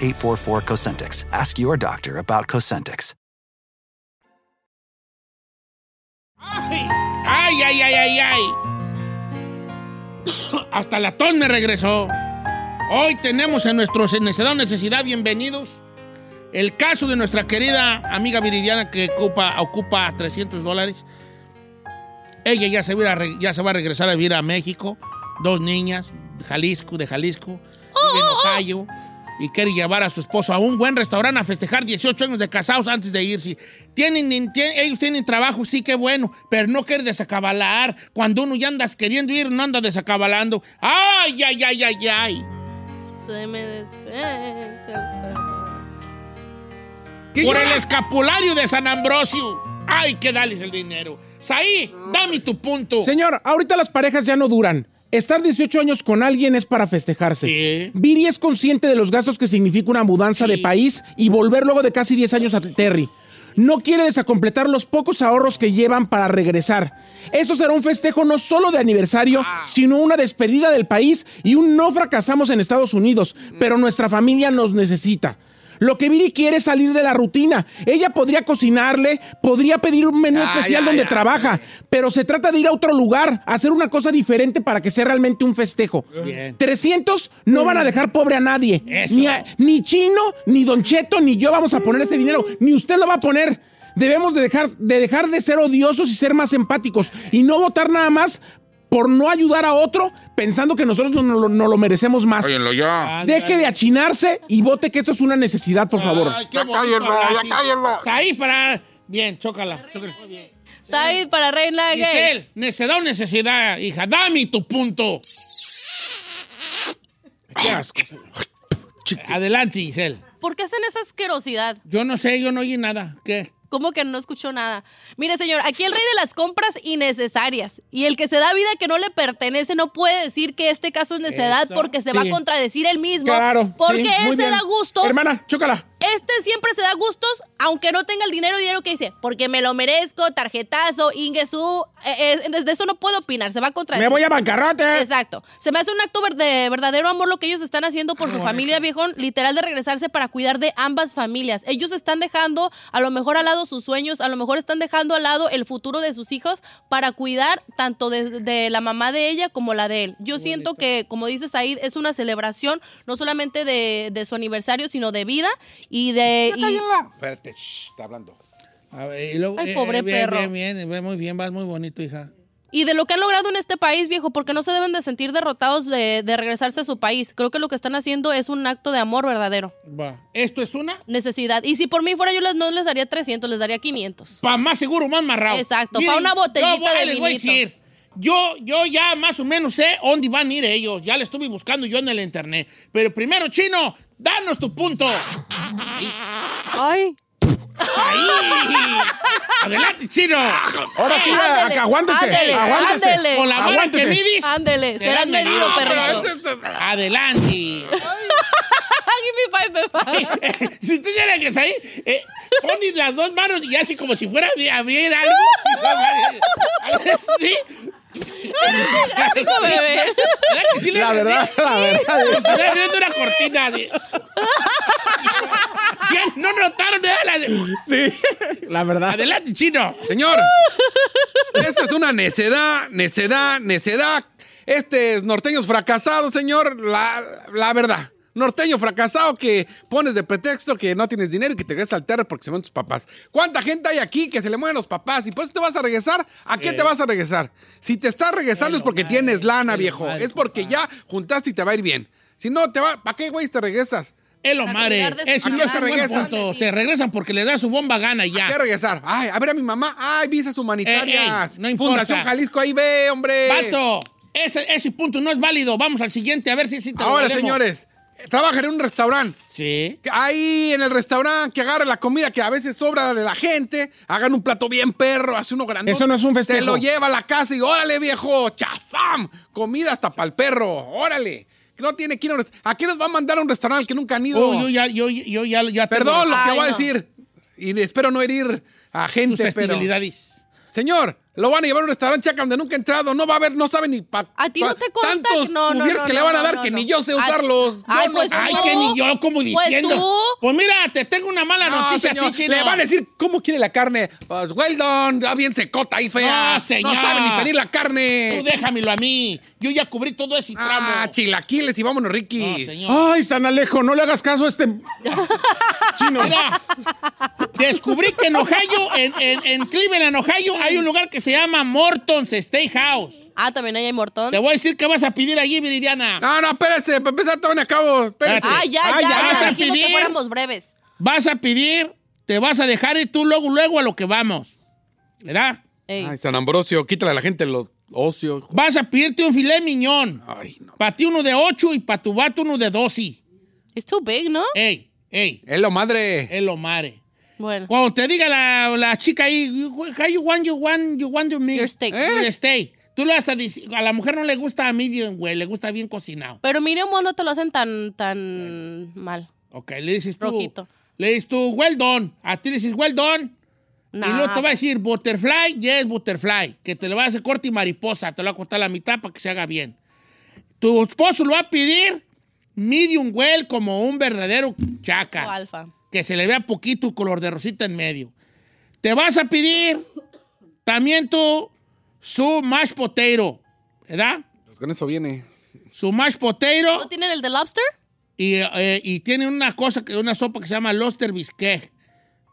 844 Cosentix. Ask your doctor about Cosentix.
Ay, ay, ay, ay, ay, ay. Hasta la ton me regresó. Hoy tenemos en nuestro Necedad o Necesidad, bienvenidos, el caso de nuestra querida amiga Viridiana que ocupa, ocupa 300 dólares. Ella ya se, va a re- ya se va a regresar a vivir a México. Dos niñas, Jalisco, de Jalisco. vive en Ohio y quiere llevar a su esposo a un buen restaurante a festejar 18 años de casados antes de irse. Tienen, tien- ellos tienen trabajo, sí, qué bueno, pero no quiere desacabalar. Cuando uno ya andas queriendo ir, no anda desacabalando. ¡Ay, ay, ay, ay, ay!
Se me despierta el corazón.
Por el escapulario de San Ambrosio. ¡Ay, que dales el dinero! ¡Saí, dame tu punto!
Señor, ahorita las parejas ya no duran. Estar 18 años con alguien es para festejarse. Viri es consciente de los gastos que significa una mudanza de país y volver luego de casi 10 años a Terry. No quiere desacompletar los pocos ahorros que llevan para regresar. Esto será un festejo no solo de aniversario,
Ah.
sino una despedida del país y un no fracasamos en Estados Unidos, pero nuestra familia nos necesita. Lo que Viri quiere es salir de la rutina. Ella podría cocinarle, podría pedir un menú especial donde trabaja, pero se trata de ir a otro lugar, hacer una cosa diferente para que sea realmente un festejo.
Bien.
300 no van a dejar pobre a nadie.
Eso.
Ni, a- ni Chino, ni Don Cheto, ni yo vamos a poner ese dinero, ni usted lo va a poner. Debemos de dejar, de dejar de ser odiosos y ser más empáticos y no votar nada más por no ayudar a otro pensando que nosotros no, no- no lo merecemos más.
Óyenlo ya.
Deje de achinarse y vote que esto es una necesidad, por favor.
Ay, qué bonito
cállenlo, ya
gratis.
cállenlo.
Saí, para... Bien, chócala. chócala. Muy bien.
Said para Reina Gay.
Giselle, necesidad o necesidad, hija. Dame tu punto. Qué asco. Adelante, Giselle.
¿Por qué hacen esa asquerosidad?
Yo no sé, yo no oí nada. ¿Qué?
¿Cómo que no escuchó nada? Mire, señor, aquí el rey de las compras innecesarias. Y el que se da vida que no le pertenece no puede decir que este caso es necedad
Eso,
porque se va
sí.
a contradecir él mismo.
Claro,
Porque
sí,
él
muy
se
bien.
da gusto.
Hermana, chócala.
Este siempre se da gustos, aunque no tenga el dinero, dinero que dice, porque me lo merezco, tarjetazo, ingesú. eh, eh, desde eso no puedo opinar, se va a contradecir.
Me voy a bancarrota.
Exacto. Se me hace un acto ver- de verdadero amor lo que ellos están haciendo por su familia, viejón, literal de regresarse para cuidar de ambas familias. Ellos están dejando a lo mejor al lado sus sueños, a lo mejor están dejando al lado el futuro de sus hijos para cuidar tanto de, de la mamá de ella como la de él. Yo siento que, como dice Said, es una celebración no solamente de, de su aniversario, sino de vida y de... y-
Espérate, shh, está hablando.
A ver, y luego- eh,
Ay, pobre
bien,
perro.
Bien, bien, bien, muy bien, vas muy bonito, hija.
Y de lo que han logrado en este país, viejo, porque no se deben de sentir derrotados de, de regresarse a su país. Creo que lo que están haciendo es un acto de amor verdadero.
Va. Esto es una
Necesidad. Y si por mí fuera, yo les, no les daría 300, les daría 500.
Pa' más seguro, más marrado.
Exacto,
Miren,
pa' una botellita
yo voy-
de
les voy a
vinito.
decir, yo, yo ya más o menos sé dónde van a ir ellos. Ya le estuve buscando yo en el internet. Pero primero, Chino, danos tu punto.
Ay.
Ahí. Adelante, Chino.
Ahora sí, a-
Ándele,
aguántese,
ándele,
aguándese.
ándele.
Con la vara que
Aguántese.
midis.
Ándele, serás medido, perrito.
Adelante.
Give me five, five, five.
[laughs] si usted viera que es ahí, eh, pones las dos manos y así como si fuera a abrir algo. sí.
Eso, bebé.
¿Verdad que sí le
La verdad, la verdad.
Como si estuviera abriendo una cortina. de- Sí, no notaron nada. La de-
Sí, la verdad.
Adelante, chino.
Señor, esta es una necedad, necedad, necedad. Este es norteños fracasados, señor. La, la verdad. Norteño fracasado que pones de pretexto que no tienes dinero y que te regresas al terreno porque se mueren tus papás. ¿Cuánta gente hay aquí que se le mueren los papás? Y por eso te vas a regresar. ¿A qué
Sí.
te vas a regresar? Si te estás regresando es porque tienes lana, viejo.
Eh. madre,
es porque ya juntaste y te va a ir bien. Si no, te va, ¿para qué, güey, te regresas?
El hombre. Eso no se regresa. Se regresan porque le da su bomba gana
[laughs]
y ya.
¿Qué regresar? Ay, a ver a mi mamá. Ay, visas humanitarias.
Eh, eh, no importa.
Fundación Jalisco, ahí ve, hombre.
Pato, ese, ese punto no es válido. Vamos al siguiente a ver si, si te lo
Ahora,
valemos.
señores, trabajan en un restaurante.
Sí.
Que Ahí en el restaurante que agarra la comida que a veces sobra de la gente, hagan un plato bien perro, hace uno grandote.
Eso no es un festejo.
Te lo lleva a la casa y órale, viejo, chazam, comida hasta para el perro, órale. Que No tiene que ir a un rest- ¿A qué nos va a mandar a un restaurante al que nunca han ido?
Oh, yo ya, yo, yo ya, ya tengo-
Perdón lo que
Ay,
voy a
no.
decir. Y espero no herir a gente, pero...
Susceptibilidades.
Señor, lo van a llevar a un restaurante chaca donde nunca he entrado. No va a haber, no sabe ni para
A ti no te consta.
tantos
no, no,
cubiertos
no,
que le
no,
van a
no,
dar
no,
que
no.
ni yo sé
Ay,
usarlos.
Ay,
No,
pues
no,
Ay,
tú.
que ni yo, como
Pues
diciendo. Pues,
tú.
mira, te tengo una mala
No,
noticia a
señor,
ti, chino.
le van a decir cómo quiere la carne. Pues, well done, ya bien secota y fea.
No, señor.
sabe ni pedir la carne.
Tú déjamelo a mí. Yo ya cubrí todo ese tramo.
Ah, chilaquiles y vámonos, Ricky.
No, señor.
Ay, San Alejo, no le hagas caso a este chino.
Mira, descubrí que en Ohio, en, en- en Cleveland, Ohio, hay un lugar que se se llama Morton's Steakhouse.
Ah, también ahí hay Mortón.
Te voy a decir que vas a pedir allí, Viridiana.
No, no, espérese, para empezar, todavía no acabo. Espérese.
Ah, ya,
Ah,
ya,
ya.
ya,
Vas a
dijimos
pedir.
que fuéramos breves.
Vas a pedir, te vas a dejar y tú luego, luego a lo que vamos. ¿Verdad?
Ey.
Ay, San Ambrosio, quítale a la gente los ocios.
Vas a pedirte un filé miñón.
Ay, no.
Para ti uno de 8 y para tu vato uno de 12.
It's too big, ¿no?
Ey, ey,
Es lo madre.
el Omare.
Bueno.
Cuando te diga la, la chica ahí, you- how you want, you want, you want your meat?
Your steak.
¿Eh?
Your steak. Tú lo vas a decir, a la mujer no le gusta a mí bien, güey, le gusta bien cocinado.
Pero miremos, no te lo hacen tan, tan mal.
Ok, le dices tú.
Rojito.
Le dices tú, well done. A ti le dices, well done.
Nah.
Y luego te va a decir, butterfly, yes, butterfly. Que te lo va a hacer corte y mariposa. Te lo va a cortar la mitad para que se haga bien. Tu esposo lo va a pedir medium well como un verdadero chaca.
O alfa.
que se le vea poquito color de rosita en medio. Te vas a pedir también tú su mashed potato, ¿verdad?
Pues con eso viene.
Su mashed potato
¿No tienen el de lobster?
y, eh, y tiene una cosa, que una sopa que se llama Loster Bisque.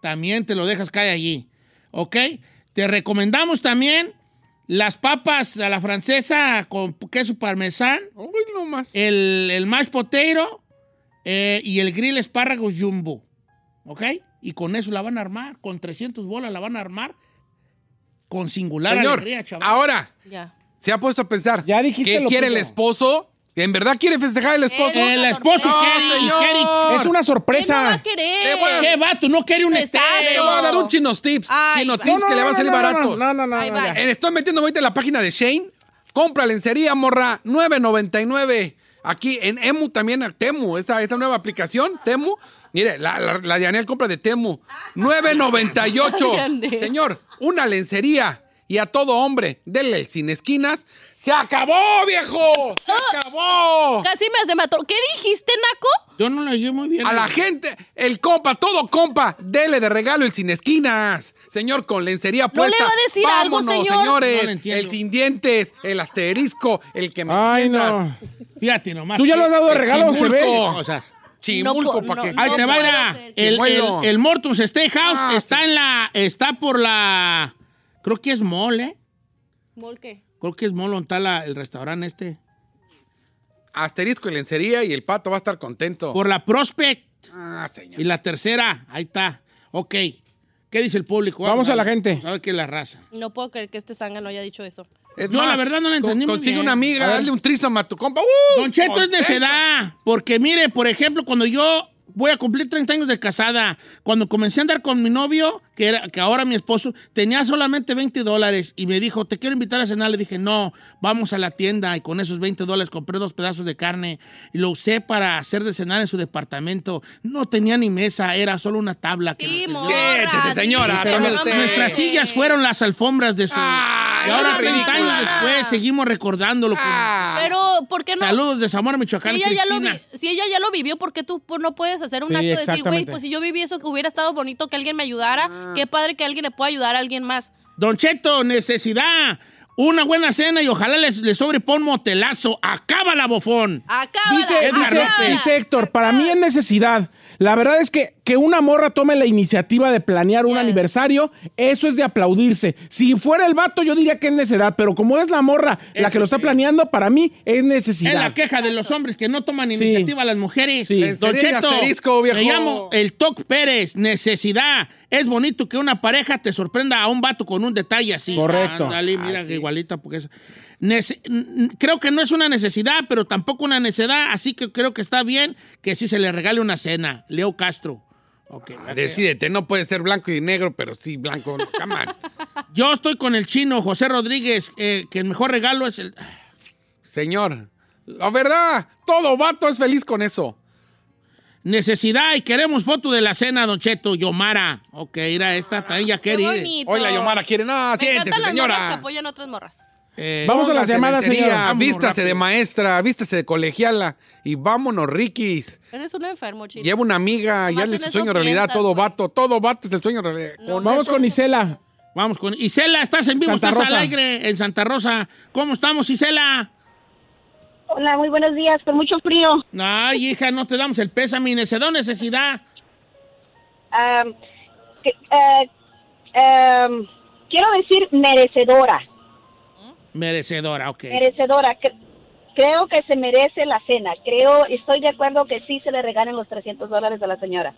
También te lo dejas caer allí, ¿ok? Te recomendamos también las papas a la francesa con queso parmesán,
Uy, no más.
el, el mashed potato eh, y el grill espárragos jumbo. ¿Ok? Y con eso la van a armar. Con 300 bolas la van a armar. Con singular
Señor,
alegría, chaval.
ahora
Ya.
se ha puesto a pensar.
Ya dijiste
¿Qué
lo
quiere el
tuyo.
esposo? ¿En verdad quiere festejar el esposo?
Eh,
el esposo
No,
quiere. y
señor.
quiere-
Es una
¿Qué no va
sorpresa.
a querer?
Te voy a-
¿Qué vato? No quiere un
Exacto.
Te
estéreo.
voy a dar un chinos tips.
Ay,
chinos
va.
tips que le va a salir
no, no,
baratos.
No, no, no.
Ahí
no,
va.
ya.
Eh, Estoy metiendo ahorita en la página de Shane. Compra lencería, morra, 9.99. Aquí en Emu también, Temu, esta, esta nueva aplicación, Temu. Mire, la, la, la de Anel compra de Temu,
[laughs]
9.98.
Ándale.
Señor, una lencería y a todo hombre, denle el sin esquinas. ¡Se acabó, viejo! ¡Se acabó!
¡Ah! Casi me hace mató. ¿Qué dijiste, Naco?
Yo no lo llevo muy bien.
A la gente, el compa, todo compa, dele de regalo el sin esquinas. Señor, con lencería puesta.
le va a decir
Vámonos,
algo, señor?
señores.
No le entiendo.
el sin dientes, el asterisco, el que me
Ay,
entiendas.
no.
Fíjate nomás.
Tú ya lo has dado de regalo, se ve.
Chimulco.
O sea,
Chimulco,
No,
pa' que-
no,
Ahí
Ay,
te va
puedo
mira,
creer.
el,
Chimuelo.
el, el Morton's Steakhouse
Ah,
está en la. Está por la. Creo que es mall, ¿eh?
¿Mol qué?
Creo que es mall donde está la- el restaurante este.
Asterisco y lencería y el pato va a estar contento.
Por la Prospect.
Ah, señor.
Y la tercera, ahí está. Ok. ¿Qué dice el público?
Vamos a la
ver.
gente.
Vamos A ver qué es la raza.
No puedo creer que este zángano haya dicho eso.
Es
Yo, la verdad, no la
con-
entendí muy
Consigue
bien.
una
A
amiga,
ver.
dale un tristón a tu compa. ¡Uh!
Don Cheto es
Contento.
necedad. Porque mire, por ejemplo, cuando yo voy a cumplir 30 años de casada, cuando comencé a andar con mi novio, que, era, que ahora mi esposo, tenía solamente 20 dólares y me dijo, te quiero invitar a cenar. Le dije, no, vamos a la tienda y con esos 20 dólares compré dos pedazos de carne y lo usé para hacer de cenar en su departamento. No tenía ni mesa, era solo una tabla. que
Sí,
recibí.
morra.
Siéntese, señora,
pero
tome
no
usted. Ah,
mames.
Nuestras sillas fueron las alfombras de su...
Ay,
y ahora
no,
30 años
ridícula.
después seguimos recordándolo. con-
Ah,
Pero, ¿por qué no?
Saludos de Zamora,
Si
Michoacán.
ella, ya lo
Cristina.
vi- si ella ya lo vivió, ¿por qué tú pues, no puedes hacer un
Sí,
acto de decir, güey,
exactamente.
pues si yo viví eso, que hubiera estado bonito que alguien me ayudara?
Ah.
Qué padre que alguien le pueda ayudar a alguien más.
Don Cheto, necesidad. Una buena cena y ojalá les, les sobrepon motelazo. Acaba la bofón.
Acá,
Dice, dice,
López.
dice Héctor, para mí es necesidad. La verdad es que que una morra tome la iniciativa de planear un
Yes.
aniversario, eso es de aplaudirse. Si fuera el vato, yo diría que es necedad, pero como es la morra la
Eso
que lo está
sí.
planeando, para mí es
Es
necesidad.
la queja de los hombres que no toman
Sí.
iniciativa a las mujeres.
Sí.
Lencería
Don
y
Cheto,
asterisco, viejo.
me llamo el Toc Pérez. Necesidad. Es bonito que una pareja te sorprenda a un vato con un detalle así.
Correcto. Ah,
Ándale, mira, igualita. Porque es... Nece- n- Creo que no es una necesidad, pero tampoco una necedad. Así que creo que está bien que sí se le regale una cena. Leo Castro. Ok,
Ah,
ok.
Decídete, Este, no puede ser blanco y negro, pero sí blanco. No, come on.
[laughs] Yo estoy con el chino José Rodríguez, eh, que el mejor regalo es el.
Señor, la verdad, todo vato es feliz con eso.
Necesidad y queremos foto de la cena, Don Cheto, Yomara. Ok, ir a esta, también ya
Qué
quiere ir.
bonito.
Hoy la Yomara quiere, no,
Me encantan
siéntese,
las morras que
señora.
apoyan a otras morras.
Eh,
Vamos a las
Póngase
llamadas,
lencería,
señora.
Vámonos
Vístase
rápido.
de maestra, vístase de colegiala y vámonos, Rikis.
Eres un enfermo, chico.
Lleva una amiga,
Nomás
ya es
en
su
eso
sueño realidad,
piensas,
todo
güey.
vato, todo vato es el sueño realidad.
No.
Vamos con Isela.
Vamos con. Isela, estás en vivo,
Santa
estás al
Rosa.
aire en Santa Rosa. ¿Cómo estamos, Isela?
Hola, muy buenos días, con mucho frío.
Ay, hija, no te damos el pésame. Necesidad, necesidad.
Am, que- eh, am, quiero decir merecedora,
Merecedora, ok.
merecedora. Cre- Creo que se merece la cena. Creo, estoy de acuerdo que sí se le regalen los 300 dólares a la señora.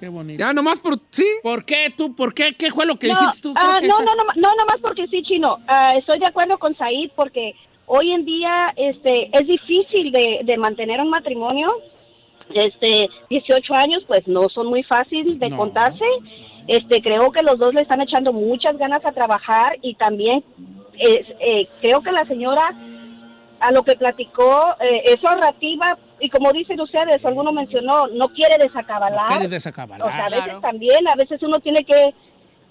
Qué bonito.
Ya nomás por. Sí.
¿Por qué tú? ¿Por qué? ¿Qué fue lo que
no,
dijiste tú?
ah,
Creo que
no,
esa-
no, no, no, nomás porque sí, chino. Ah, estoy de acuerdo con Said porque hoy en día este, es difícil de, de mantener un matrimonio. Este, 18 años, pues no son muy fácil de
No.
contarse. Este, creo que los dos le están echando muchas ganas a trabajar y también es- eh, creo que la señora a lo que platicó eh, es ahorrativa y como dicen ustedes, alguno mencionó, no quiere
No
desacabalar.
quieres desacabalar.
O sea, a veces
Claro.
también, a veces uno tiene que,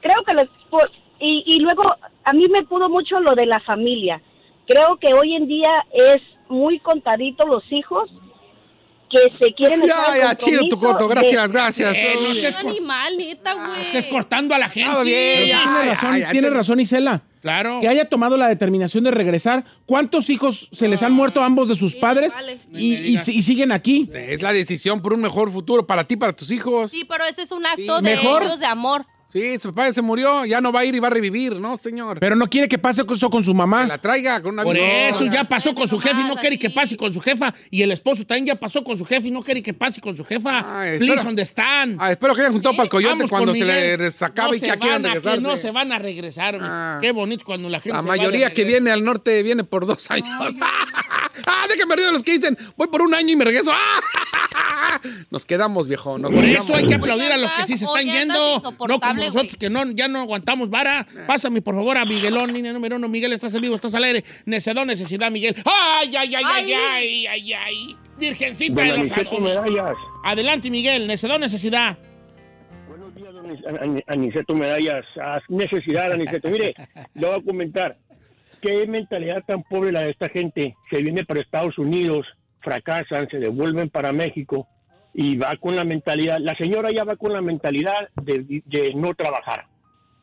creo que los, por- y, y luego a mí me pudo mucho lo de la familia. Creo que hoy en día es muy contadito los hijos que se quieren
Ya, ya, chido tu coto. Gracias, gracias.
Eh, no estés,
Es
cor-
animal, neta, güey.
estés cortando a la gente.
Todo bien.
ya.
Tiene
Ay,
razón,
ay, ay,
tiene
te-
razón Isela.
Claro.
Que haya tomado la determinación de regresar. ¿Cuántos hijos se les han muerto a ambos de sus
sí,
padres
vale.
y,
Ni me
y
digas.
si- y siguen aquí?
Es la decisión por un mejor futuro para ti, para tus hijos.
Sí, pero ese es un acto
Sí.
de
Mejor.
ellos de amor.
Sí, su papá se murió, ya no va a ir y va a revivir, ¿no, señor?
Pero no quiere que pase eso con su
Que
mamá.
la traiga con una
Por
visora.
eso ya pasó con su jefe y no quiere que
así.
pase con su jefa. Y el esposo también ya pasó con su jefe y no quiere que pase con su jefa.
Ay,
Please,
espera.
¿dónde están?
Ah, espero que hayan juntado para el coyote
Vamos
cuando
con
se
Miguel.
le sacaba
No
y
se
que ya quieren
van a-
regresarse.
No se van a regresar.
Ah.
Qué bonito cuando la gente
La
se va de
mayoría que
regreso.
viene al norte viene por dos años. [laughs] ¡Ah! Déjame río de los que dicen, voy por un año y me regreso. ¡Ah! Nos quedamos, viejo. Nos
Por
quedamos.
eso hay
Oye,
que aplaudir a los que sí se
andas-
están
oye, andas
yendo. No como
insoportable,
nosotros
güey.
que no, ya no aguantamos vara.
Eh.
Pásame, por favor, a Miguelón, línea número uno. Miguel, estás en vivo, estás al aire. Necedón, necesidad, Miguel. ¡Ay, ay, ay, ay, ay, ay, ay! Virgencita de los Ángeles. Adelante, Miguel. Necedón, necesidad.
Buenos días, Aniceto Medallas. Necesidad, Aniceto. Mire, le voy a comentar. Qué mentalidad tan pobre la de esta gente. Se viene para Estados Unidos, fracasan, se devuelven para México y va con la mentalidad. La señora ya va con la mentalidad de, de no trabajar.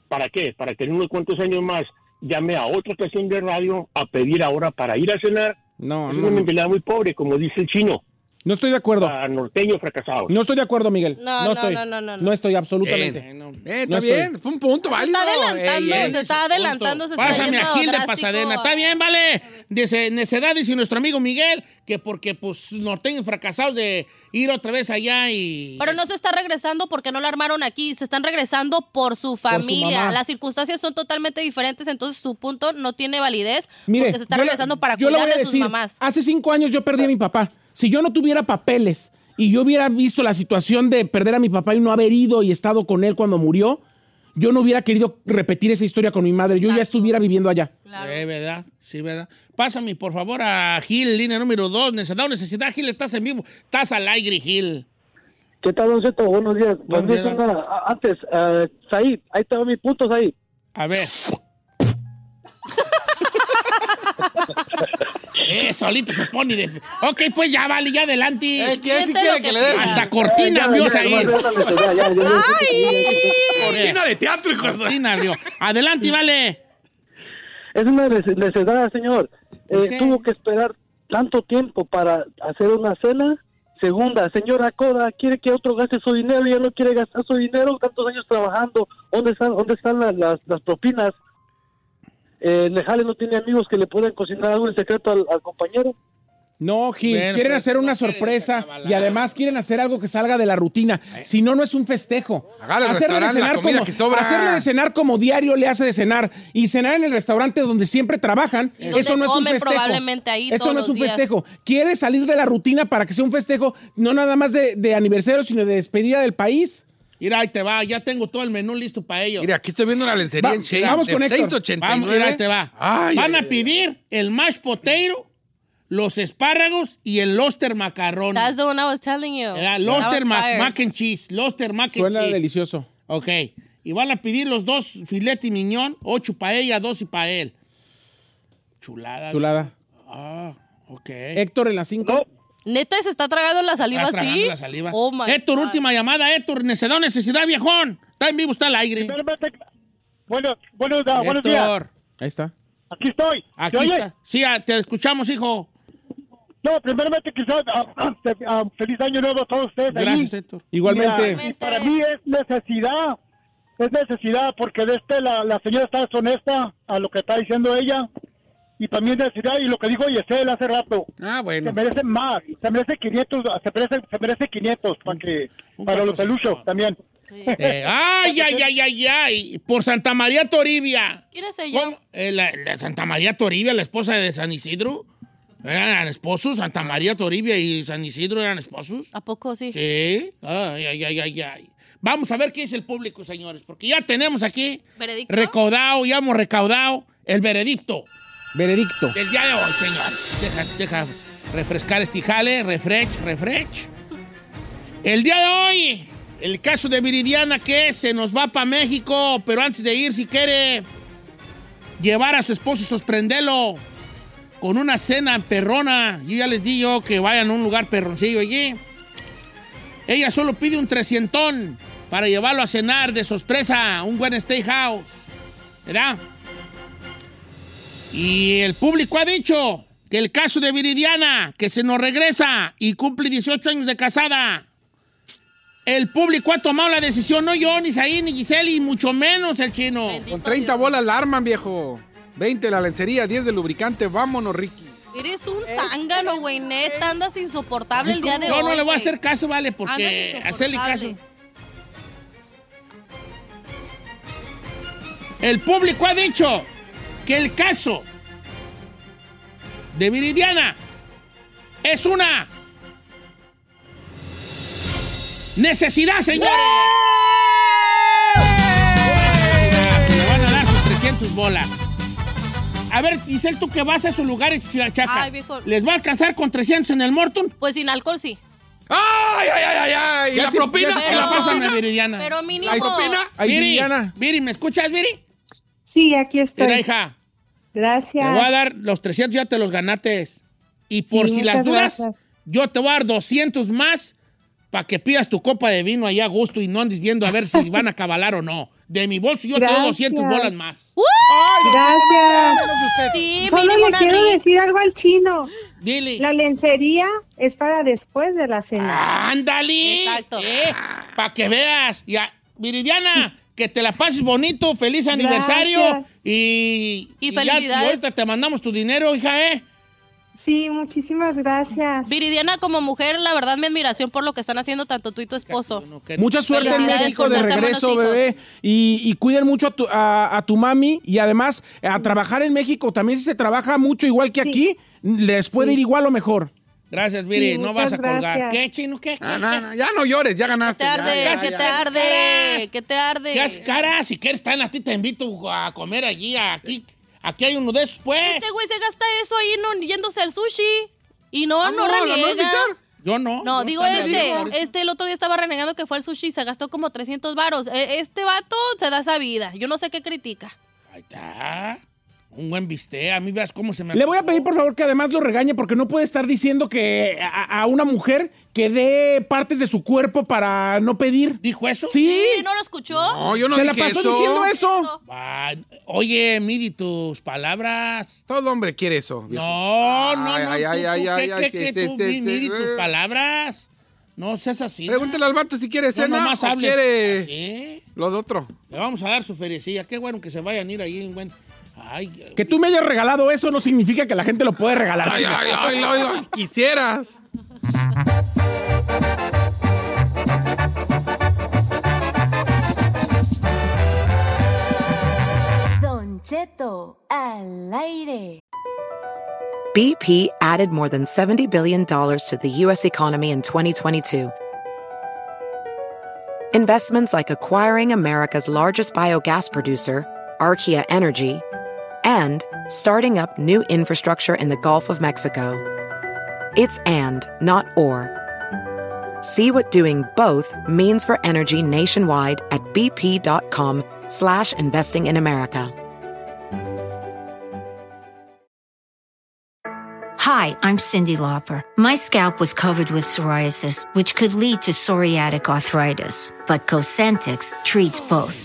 ¿Para qué? Para que en unos cuantos años más llame a otra estación de radio a pedir ahora para ir a cenar.
No,
es una
no, no.
mentalidad muy pobre, como dice el chino,
No estoy de acuerdo.
a norteño fracasado.
No estoy de acuerdo, Miguel.
No,
No,
no,
estoy.
no, no, no, no.
estoy, absolutamente.
Eh, no.
Eh, está
No estoy.
bien, fue un punto
Se
válido.
está adelantando,
Ey, ey.
se está adelantando, se está
Pásame a
yendo
Gil de
drástico
Pasadena.
a-
Está bien, vale. Dice, necedad, dice nuestro amigo Miguel, que porque pues norteños fracasados de ir otra vez allá y.
Pero no se está regresando porque no la armaron aquí, se están regresando por su familia.
mamá.
Las circunstancias son totalmente diferentes, entonces su punto no tiene validez
Mire,
porque se está
yo la-
regresando para
yo le
cuidar
voy a
de sus
decir,
mamás.
Hace cinco años yo perdí a mi papá. Si yo no tuviera papeles y yo hubiera visto la situación de perder a mi papá y no haber ido y estado con él cuando murió, yo no hubiera querido repetir esa historia con mi madre. Yo ya
Exacto.
estuviera viviendo allá.
Claro.
Eh, ¿verdad? Sí, ¿verdad? Pásame, por favor, a Gil, línea número 2. Necesidad, necesidad, Gil, estás en vivo. Estás al aire, Gil.
¿Qué tal, Don Ceto? Buenos días.
Buenos días, días,
nada. Antes, Said, ahí estaba mi punto, Said.
A ver. eh, solito se pone de... Ok, pues ya, vale, ya adelante.
Eh, ¿quién sí
Siente
quiere
lo
que
que
le des?
quiera.
Hasta cortina vio ahí.
Cortina de teatro, hijo de-
Cortina vio. Adelante, vale.
Es una nece- necesidad, señor. Eh,
¿Por qué?
Tuvo que esperar tanto tiempo para hacer una cena. Segunda, señora Cora, quiere que otro gaste su dinero, ya no quiere gastar su dinero, tantos años trabajando. ¿Dónde están, dónde están la- las, las propinas? Eh, Lejale no tiene amigos que le puedan cocinar algo en secreto al, al compañero.
No, Gil,
Bueno,
quieren
pero
pues,
hacer
no
una
quieren
sorpresa
desacabalar.
y además quieren hacer algo que salga de la rutina. Si no, no es un festejo.
Eh. Agarra el restaurante, la comida
como,
que sobra.
hacerle de cenar como diario le hace de cenar y cenar en el restaurante donde siempre trabajan,
Y donde
eso no es un
comen
festejo.
probablemente ahí
eso
todos
no es
los
un
días.
festejo. Quiere salir de la rutina para que sea un festejo, no nada más de, de aniversario, sino de despedida del país.
Mira, ahí te va. Ya tengo todo el menú listo para ellos.
Mira, aquí estoy viendo una lencería
Va-
en Shane.
vamos
de
con Héctor.
6.89.
Vamos, mira, ahí te va.
Ay,
Van
ay,
a
ay.
pedir el mashed potato, los espárragos y el lobster macarrón.
That's the one I was telling you.
¿Verdad?
I
Lobster
was
ma-
fired.
mac and cheese. Lobster mac and
Suena
cheese.
delicioso.
Ok. Y van a pedir los dos filete y miñón, ocho para ella, dos y para él. Chulada.
Chulada.
Ah, ok.
Héctor en las 5.
Neta se está tragando la saliva
Está tragando
así.
la saliva.
Oh my
Héctor,
God.
última llamada, Héctor. Necesidad, necesidad, viejón. Está en vivo, está al aire.
Bueno, buenos,
Héctor,
Ahí está.
Aquí estoy.
aquí está. Sí, ah, te escuchamos, hijo.
No, primeramente quizás
ah,
feliz año nuevo a todos ustedes.
Gracias, Héctor.
Igualmente.
Igualmente.
Para mí es necesidad
es necesidad, porque de este la, la señora está deshonesta a lo que está diciendo ella. Y también necesidad, y lo que dijo Yesel hace rato.
Ah, bueno.
Se merece más, se merece 500, se merece, se merece 500 para, que, para los peluchos también.
Eh, ay, ay, ay, ay, ay. Por Santa María Toribia.
¿Quién es ella?
¿Cómo? Eh, la, la Santa María Toribia, la esposa de San Isidro. Eran esposos, Santa María Toribia y San Isidro eran esposos.
¿A poco sí?
Sí. Ay, ay, ay, ay, ay. Vamos a ver qué dice el público, señores, porque ya tenemos aquí
¿Veredicto?
recaudado, ya hemos recaudado el veredicto
Veredicto.
del día de hoy, señores. Deja, deja refrescar este jale, refresh, refresh. El día de hoy, el caso de Viridiana que se nos va para México, pero antes de ir, si quiere llevar a su esposo y sorprenderlo con una cena perrona. Yo ya les di yo que vayan a un lugar perroncillo allí. Ella solo pide un trescientón para llevarlo a cenar de sorpresa a un buen steakhouse. ¿Verdad? Y el público ha dicho que el caso de Viridiana, que se nos regresa y cumple 18 años de casada. El público ha tomado la decisión, no yo, ni Saí, ni Giselle, y mucho menos el chino.
Con 30 bolas la arman, viejo. 20 la lencería, 10 de lubricante. Vámonos, Ricky.
Eres un
Eh,
zángano, güey, neta. Andas insoportable el día de
Yo
hoy.
no le voy a
güey.
hacer caso, vale,
Andas
porque
insoportable.
hacerle Eh, caso. El público ha dicho que el caso de Viridiana es una necesidad, señores. Se le van a dar sus 300 bolas. A ver, Giselle, tú que vas a esos lugares, chacas,
Ay, viejo.
¿les va a alcanzar con 300 en el Morton?
Pues sin alcohol sí.
¡Ay, ay, ay, ay! ay! ¿Y
Ya
la
se-
propina?
ya
¿Qué la pásame, Viridiana?
Pero mínimo.
¿La propina?
Ay,
Viri,
Viridiana.
Viri, ¿me escuchas, Viri?
Sí, aquí
Mira,
estoy.
hija, te
Gracias.
voy a dar los 300, ya te los ganaste. Y por
Sí,
si las
muchas
dudas,
gracias.
yo te voy a dar 200 más para que pidas tu copa de vino allá a gusto y no andes viendo a ver
[laughs]
si van a cabalar o no. De mi bolso yo te doy 200
Gracias.
bolas más.
Gracias.
Sí,
Solo
mínimo
le
una
quiero
ri-
decir algo al chino.
Dile.
La lencería es para después de la cena.
¡Ándale!
Exacto.
Para Ah, que veas. Y a- Viridiana, que te la pases bonito, feliz aniversario.
Gracias.
Y,
Y
ya
felicidades.
ahorita te mandamos tu dinero, hija, ¿eh?
Sí, muchísimas gracias.
Viridiana, como mujer, la verdad, mi admiración por lo que están haciendo tanto tú y tu esposo.
No, que-
Mucha suerte en
Felicidades
México
por
de
ser tan
regreso,
buenos
bebé. Y, y cuiden mucho a tu, a, a tu mami. Y además, a trabajar en México también si se trabaja mucho igual que aquí, les puede ir igual o mejor.
Gracias, Viri.
Sí,
no vas
muchas
a colgar.
gracias.
¿Qué, chino? ¿Qué?
Ah, no, no, ya no llores, ya ganaste.
Te
ya,
arde,
ya,
que
ya.
te arde,
Caras.
que te arde.
¿Qué haces, cara? Si quieres estar a ti, te invito a comer allí. Aquí, aquí hay uno de esos, pues.
Este güey se gasta eso ahí no, yéndose al sushi. Y no,
Ah,
no,
no, la no
reniega.
invitar.
Yo no.
No,
yo
digo
también.
este. Este el otro día estaba renegando que fue al sushi y se gastó como 300 varos. E- Este vato se da esa vida. Yo no sé qué critica.
Ahí está. Un buen bistec. A mí veas cómo se me...
Le voy a pedir, por favor, que además lo regañe porque no puede estar diciendo que a, a una mujer que dé partes de su cuerpo para no pedir.
¿Dijo eso?
Sí,
Sí, ¿No lo escuchó?
No, yo no
se la
dije
pasó
eso.
diciendo eso.
Va, Ah, Oye, midi tus palabras.
Todo hombre quiere eso. viejo.
No, no,
Ay,
no.
ay,
tú,
ay,
tú,
ay,
¿qué,
ay,
qué,
ay,
qué,
sí, sí,
tú,
sí,
mi-
sí,
midi
eh.
tus palabras. No seas así.
Pregúntale al vato si quiere
No,
cena
nomás
o
hables
quiere
así.
lo de otro.
Le vamos a dar su feriecilla. Qué bueno que se vayan a ir ahí. en buen- Ay,
Que tú me hayas regalado eso no significa que la gente lo puede regalar.
Ay,
chica.
ay, ay, ay, ay, quisieras.
Don Cheto, al aire.
BP added more than $70 billion to the U.S. economy in 2022. Investments like acquiring America's largest biogas producer, Archaea Energy, and starting up new infrastructure in the Gulf of Mexico. It's and, not or. See what doing both means for energy nationwide at bp.com slash investing in America.
Hi, I'm Cindy Lauper. My scalp was covered with psoriasis, which could lead to psoriatic arthritis, but Cosentix treats both.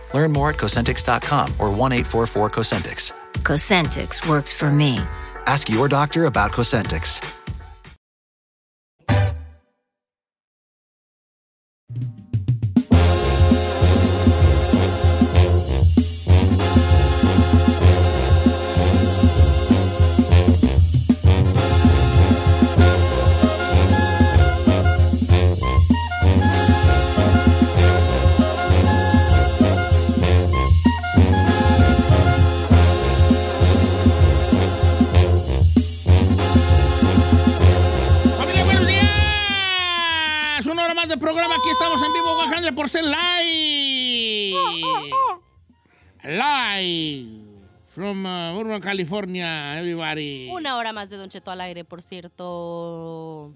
Learn more at Cosentix.com or 1 844 Cosentix.
Cosentix works for me.
Ask your doctor about Cosentix.
¡Familia, buenos días! Una hora más de programa. Aquí estamos en vivo, 100% live. Live. From uh, Urban, California, everybody.
Una hora más de Don Cheto al aire, por cierto.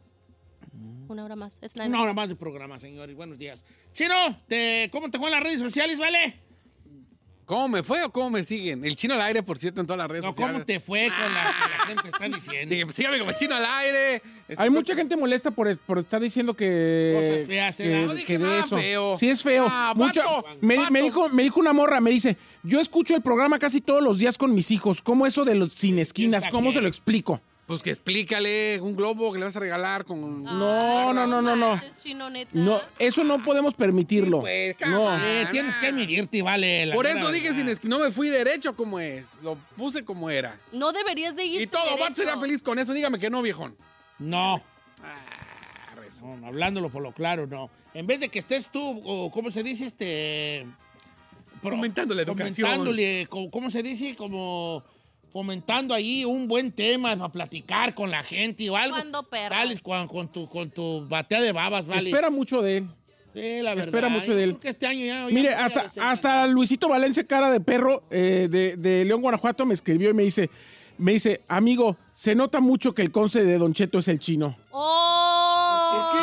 Una hora más. Es nine.
Una hora más de programa, señores. Buenos días. Chino, te- ¿cómo te fue en las redes sociales, vale?
¿Cómo me fue o cómo me siguen? El chino al aire, por cierto, en todas las redes
No,
sociales. Ah.
¿cómo te fue con la que la gente está diciendo?
Dije, pues, sígame como chino al aire.
Hay mucha gente molesta por, por estar diciendo que.
Este Cosas feas,
que-
¿eh? No dije
que de
nada
eso.
feo.
Sí, es feo.
Ah,
Mucha-
vato,
me,
vato.
me dijo, me dijo una morra, me dice: Yo escucho el programa casi todos los días con mis hijos. ¿Cómo eso de los sin esquinas? ¿Cómo se lo explico?
Pues que explícale un globo que le vas a regalar
Ah,
con.
No, no, no, no, no.
Ah, Chino, neta.
No, eso no podemos permitirlo.
Pues,
No.
cámara.
Eh, tienes que medirte, vale. la
Por
mera
eso dije
verdad.
sin esqui- no me fui derecho como es. Lo puse como era.
No deberías de ¿eh? ir.
Y todo, vato sería feliz con eso. Dígame que no, viejón.
No. No, no, hablándolo por lo claro, no. En vez de que estés tú, o, ¿cómo se dice? Este.
Fomentando la educación.
Fomentándole, co- ¿cómo se dice? Como fomentando ahí un buen tema para platicar con la gente o algo.
Cuando perras.
Sales con, con tu, con tu batea de babas, ¿vale?
Espera mucho de él.
Sí, la verdad.
espera mucho
Yo
de él.
creo que este año ya- ya
Mire,
voy a
hasta,
decir-
hasta Luisito Valencia Cara de Perro eh, de, de León, Guanajuato, me escribió y me dice, me dice, amigo, se nota mucho que el conce de Don Cheto es el chino.
¡Oh!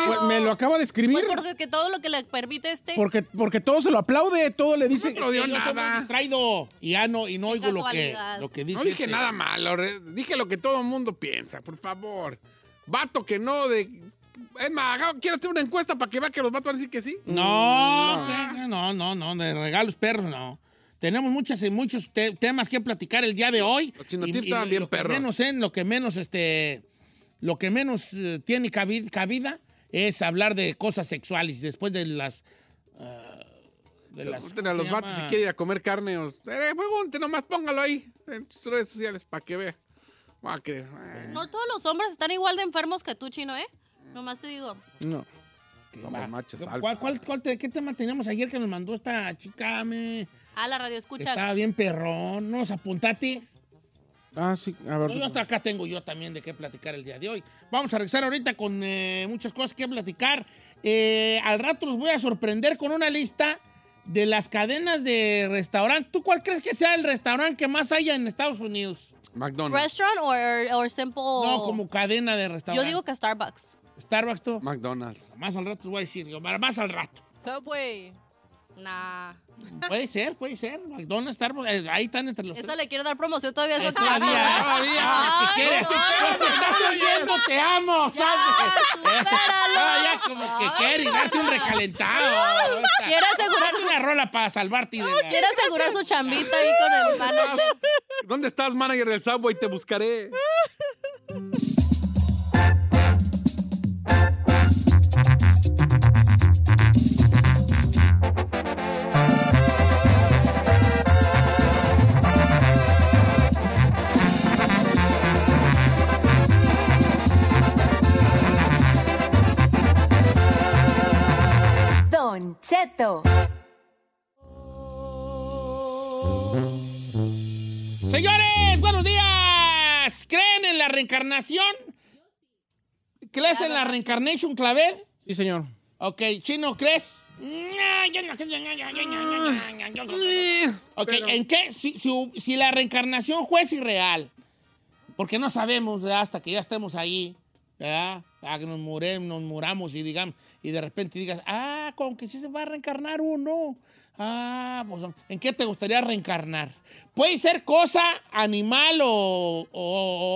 Pues, me lo acaba de escribir
Pues porque todo lo que le permite este.
porque, porque todo se lo aplaude, todo le dice...
Yo soy muy distraído y ya no, y no oigo lo que,
casualidad.
lo que dice.
No dije
este.
nada malo. re- Dije lo que todo el mundo piensa, por favor. Vato que no de. Es más, haga- quiero hacer una encuesta para que vea que los vatos van a decir que sí.
Mm,
No, que- no, no, no, de regalos perros, no. Tenemos muchas y muchos te- temas que platicar el día de hoy.
Los chinotips
Y- y-
estaban
y
bien
lo que
perros.
menos en lo que menos este lo que menos eh, tiene cabi- cabida, es hablar de cosas sexuales después de las ah, de las-
Pregunten a
¿cómo
los
se
vatos si
llama?
quiere ir a comer carne o. Eh, pregunte, nomás póngalo ahí en sus redes sociales para que vea. Va a creer. eh,
No todos los hombres están igual de enfermos que tú, chino, ¿eh? Nomás te digo.
No.
somos machos alfa.
¿Cuál, cuál, cuál te- ¿Qué tema teníamos ayer que nos mandó esta chica? me?
Ah, la radio escucha.
Estaba bien perrón. Nos apuntate.
Ah, sí, a ver.
No, yo hasta acá tengo yo también de qué platicar el día de hoy. Vamos a regresar ahorita con eh, muchas cosas que platicar. Eh, al rato los voy a sorprender con una lista de las cadenas de restaurante. ¿Tú cuál crees que sea el restaurante que más haya en Estados Unidos?
McDonald's.
Restaurant or, or simple.
No, como cadena de
Yo
restaurante.
digo que Starbucks.
Starbucks, tú.
McDonald's.
Más al rato les voy a decir, yo, más al rato.
Subway. Nah.
Puede ser, puede ser. McDonald's, Starbucks, eh, ahí están entre los
Esta
tres.
le quiero dar promoción todavía. Eso
Todavía, todavía. Si quieres, si Pues, estás oyendo, te amo, ¿sabes? Ah, ya como que quiere y darse un recalentado.
Quiere asegurar-
Hazte una rola para salvarte. y de la-
Quiere asegurar su chambita ahí con
[laughs]
el mano.
¿Dónde estás, manager del Subway? Te buscaré.
Don Cheto.
Señores, buenos días. ¿Creen en la reencarnación? ¿Crees en la reencarnación, Clavel?
Sí, señor.
Ok, ¿Chino crees? No, yo no creo, yo no, yo no, yo no, yo no, yo no. Ah. Ok, ¿en qué? Si, si- si la reencarnación juez irreal, porque no sabemos ¿verdad? hasta que ya estemos ahí, ¿verdad? Ah, que nos muremos, nos muramos y digamos, y de repente digas, ah, con que sí se va a reencarnar uno. Ah, pues, ¿en qué te gustaría reencarnar? Puede ser cosa, animal o, o-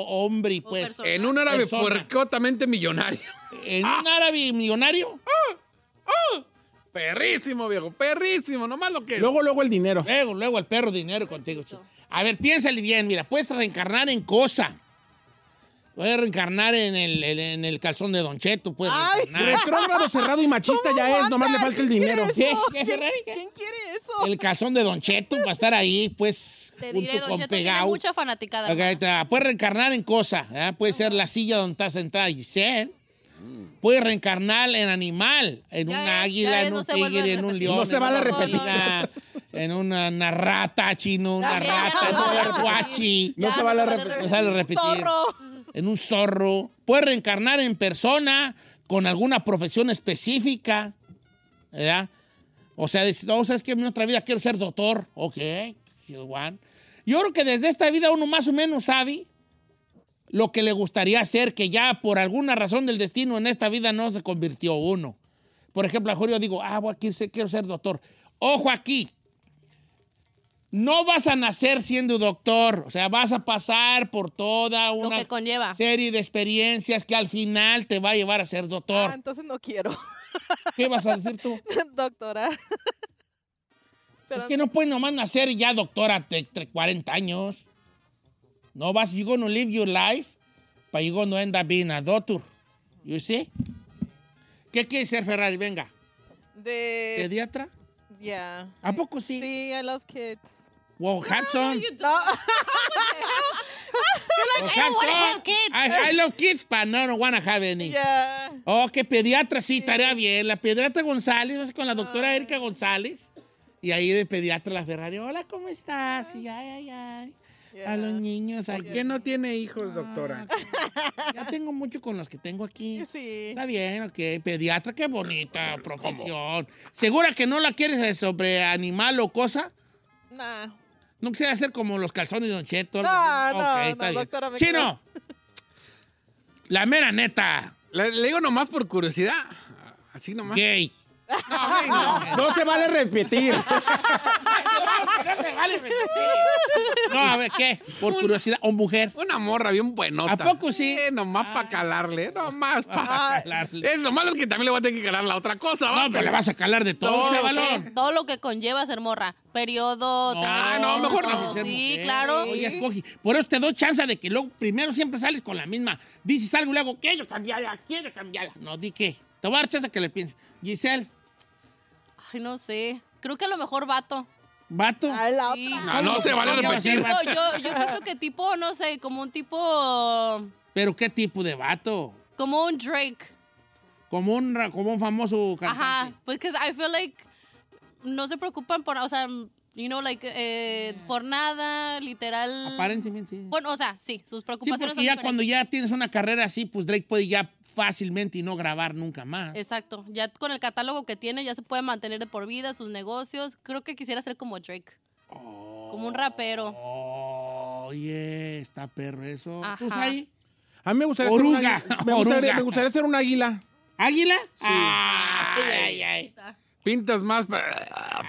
o hombre, pues.
En un árabe Ah.
Persona.
puercotamente millonario.
¿En un árabe millonario?
Perrísimo, viejo, perrísimo, nomás lo
[laughs]
que...
Luego, luego el dinero.
Luego, luego el perro dinero contigo. chico. A ver, piénsale bien, mira, puedes reencarnar en cosa. Puedes reencarnar en el, el- en el calzón de Don Cheto, puedes reencarnar.
Retrógrado cerrado y machista ya es, nomás le falta el dinero.
¿Qué? ¿Qué, Ferrari? ¿Qué?
quiere eso?
El calzón de Don Cheto para estar ahí, pues,
Te
junto
diré, Don
con
Cheto, tiene
pegado.
mucha fanaticada.
Ok, ahí está. Puedes reencarnar en cosa. ¿eh? Puede ser la silla donde está sentada Giselle. Puedes reencarnar en animal, en
Ya
un
ves, ya
águila,
ves,
en
no
un
se vuelve a
tigre, en un
repetir.
león.
No se
en
vale
una
repetir.
hormiga, En una, una rata, chino,
Ya, ya,
una rata,
ya, no
en
se
un
vale repetir.
guachi.
Ya, No se no vale se vale repetir.
No se vale repetir.
Zorro.
En un zorro. Puedes reencarnar en persona con alguna profesión específica. ¿verdad? O sea, dices, no, ¿sabes qué? En mi otra vida quiero ser doctor. Ok, you want. Yo creo que desde esta vida uno más o menos sabe lo que le gustaría hacer, que ya por alguna razón del destino en esta vida no se convirtió uno. Por ejemplo, a lo mejor yo digo, ah, voy a quiero ser- quiero ser doctor. Ojo aquí. No vas a nacer siendo doctor, o sea, vas a pasar por toda
Lo
una
que conlleva.
serie de experiencias que al final te va a llevar a ser doctor.
Ah, entonces no quiero,
¿Qué vas a decir tú?
[laughs] doctora. Pero
es que no puedes nomás nacer ya doctora de tre- 40 años. No vas, you gonna live your life, but you gonna end up being a doctor. You see? ¿Qué quiere ser Ferrari? Venga.
de...
¿Pediatra?
Yeah.
¿A poco sí?
Sí, I love kids.
Wow, Hudson.
[laughs] No.
Wow,
I don't wanna
Hudson.
have kids.
I, I love kids, but no, no wanna have any.
Yeah.
Oh, que pediatra, sí, tarea bien. La pediatra González, vas con la doctora Erika González. Y ahí de pediatra la Ferrari. Hola, ¿cómo estás? Y ay, ay, ay. A los niños. ¿Por
qué no tiene
Ah,
hijos, doctora?
[laughs] Ya tengo mucho con los que tengo aquí.
Sí.
Está bien, ok. Pediatra, qué bonita profesión. ¿Segura que no la quieres eh, sobre animal o cosa?
Nah.
No quisiera hacer como los calzones de Don Cheto. algo
No,
así.
no,
Ok,
no,
está bien.
doctora, me
¡Chino! La mera neta.
Le, le digo nomás por curiosidad. Así nomás.
Gay. [laughs]
No, güey, no.
No se vale repetir.
No, a ver, ¿qué? Por curiosidad, o mujer.
Una morra bien buenota.
¿A poco sí? Ah,
Eh, nomás para calarle, nomás para...
Calarle.
Es lo malo es que también le voy a tener que calar la otra cosa,
No, pero le vas a calar de todo,
No,
chavalón.
Eh, Todo lo que conlleva ser morra. Periodo,
Ah,
tener
no,
hijos,
mejor no.
Sí, claro.
Oye, escogí. Por eso te doy chance de que luego primero siempre sales con la misma. Dices algo y luego, quiero cambiarla, quiero cambiarla. No, di qué. Te voy a dar chance que le pienses. Giselle,
Ay, no sé. Creo que a lo mejor vato.
vato.
A la
Sí.
otra.
No, no se vale
¿Cómo va a ser
repetir.
vato?
No, yo, yo pienso que tipo, no sé, como un tipo.
Pero qué tipo de vato.
Como un Drake.
Como un, ra- como un famoso
Ajá.
cantante.
Pues que I feel like no se preocupan por, o sea, you know, like, eh, por nada, literal.
Aparentemente, sí.
Bueno, o sea, sí, sus
Sí,
preocupaciones son
porque ya
diferentes.
cuando ya tienes una carrera así, pues Drake puede ya fácilmente y no grabar nunca más.
Exacto. Ya con el catálogo que tiene, ya se puede mantener de por vida sus negocios. Creo que quisiera ser como Drake. Como un rapero.
Oye, está perro eso.
Ajá.
¿Tú Pues ahí?
A mí me gustaría ser un
Oruga,
águila. Me gustaría,
oruga.
me gustaría ser un águila.
¿Águila? Ay, ay, ay.
Pintas más para...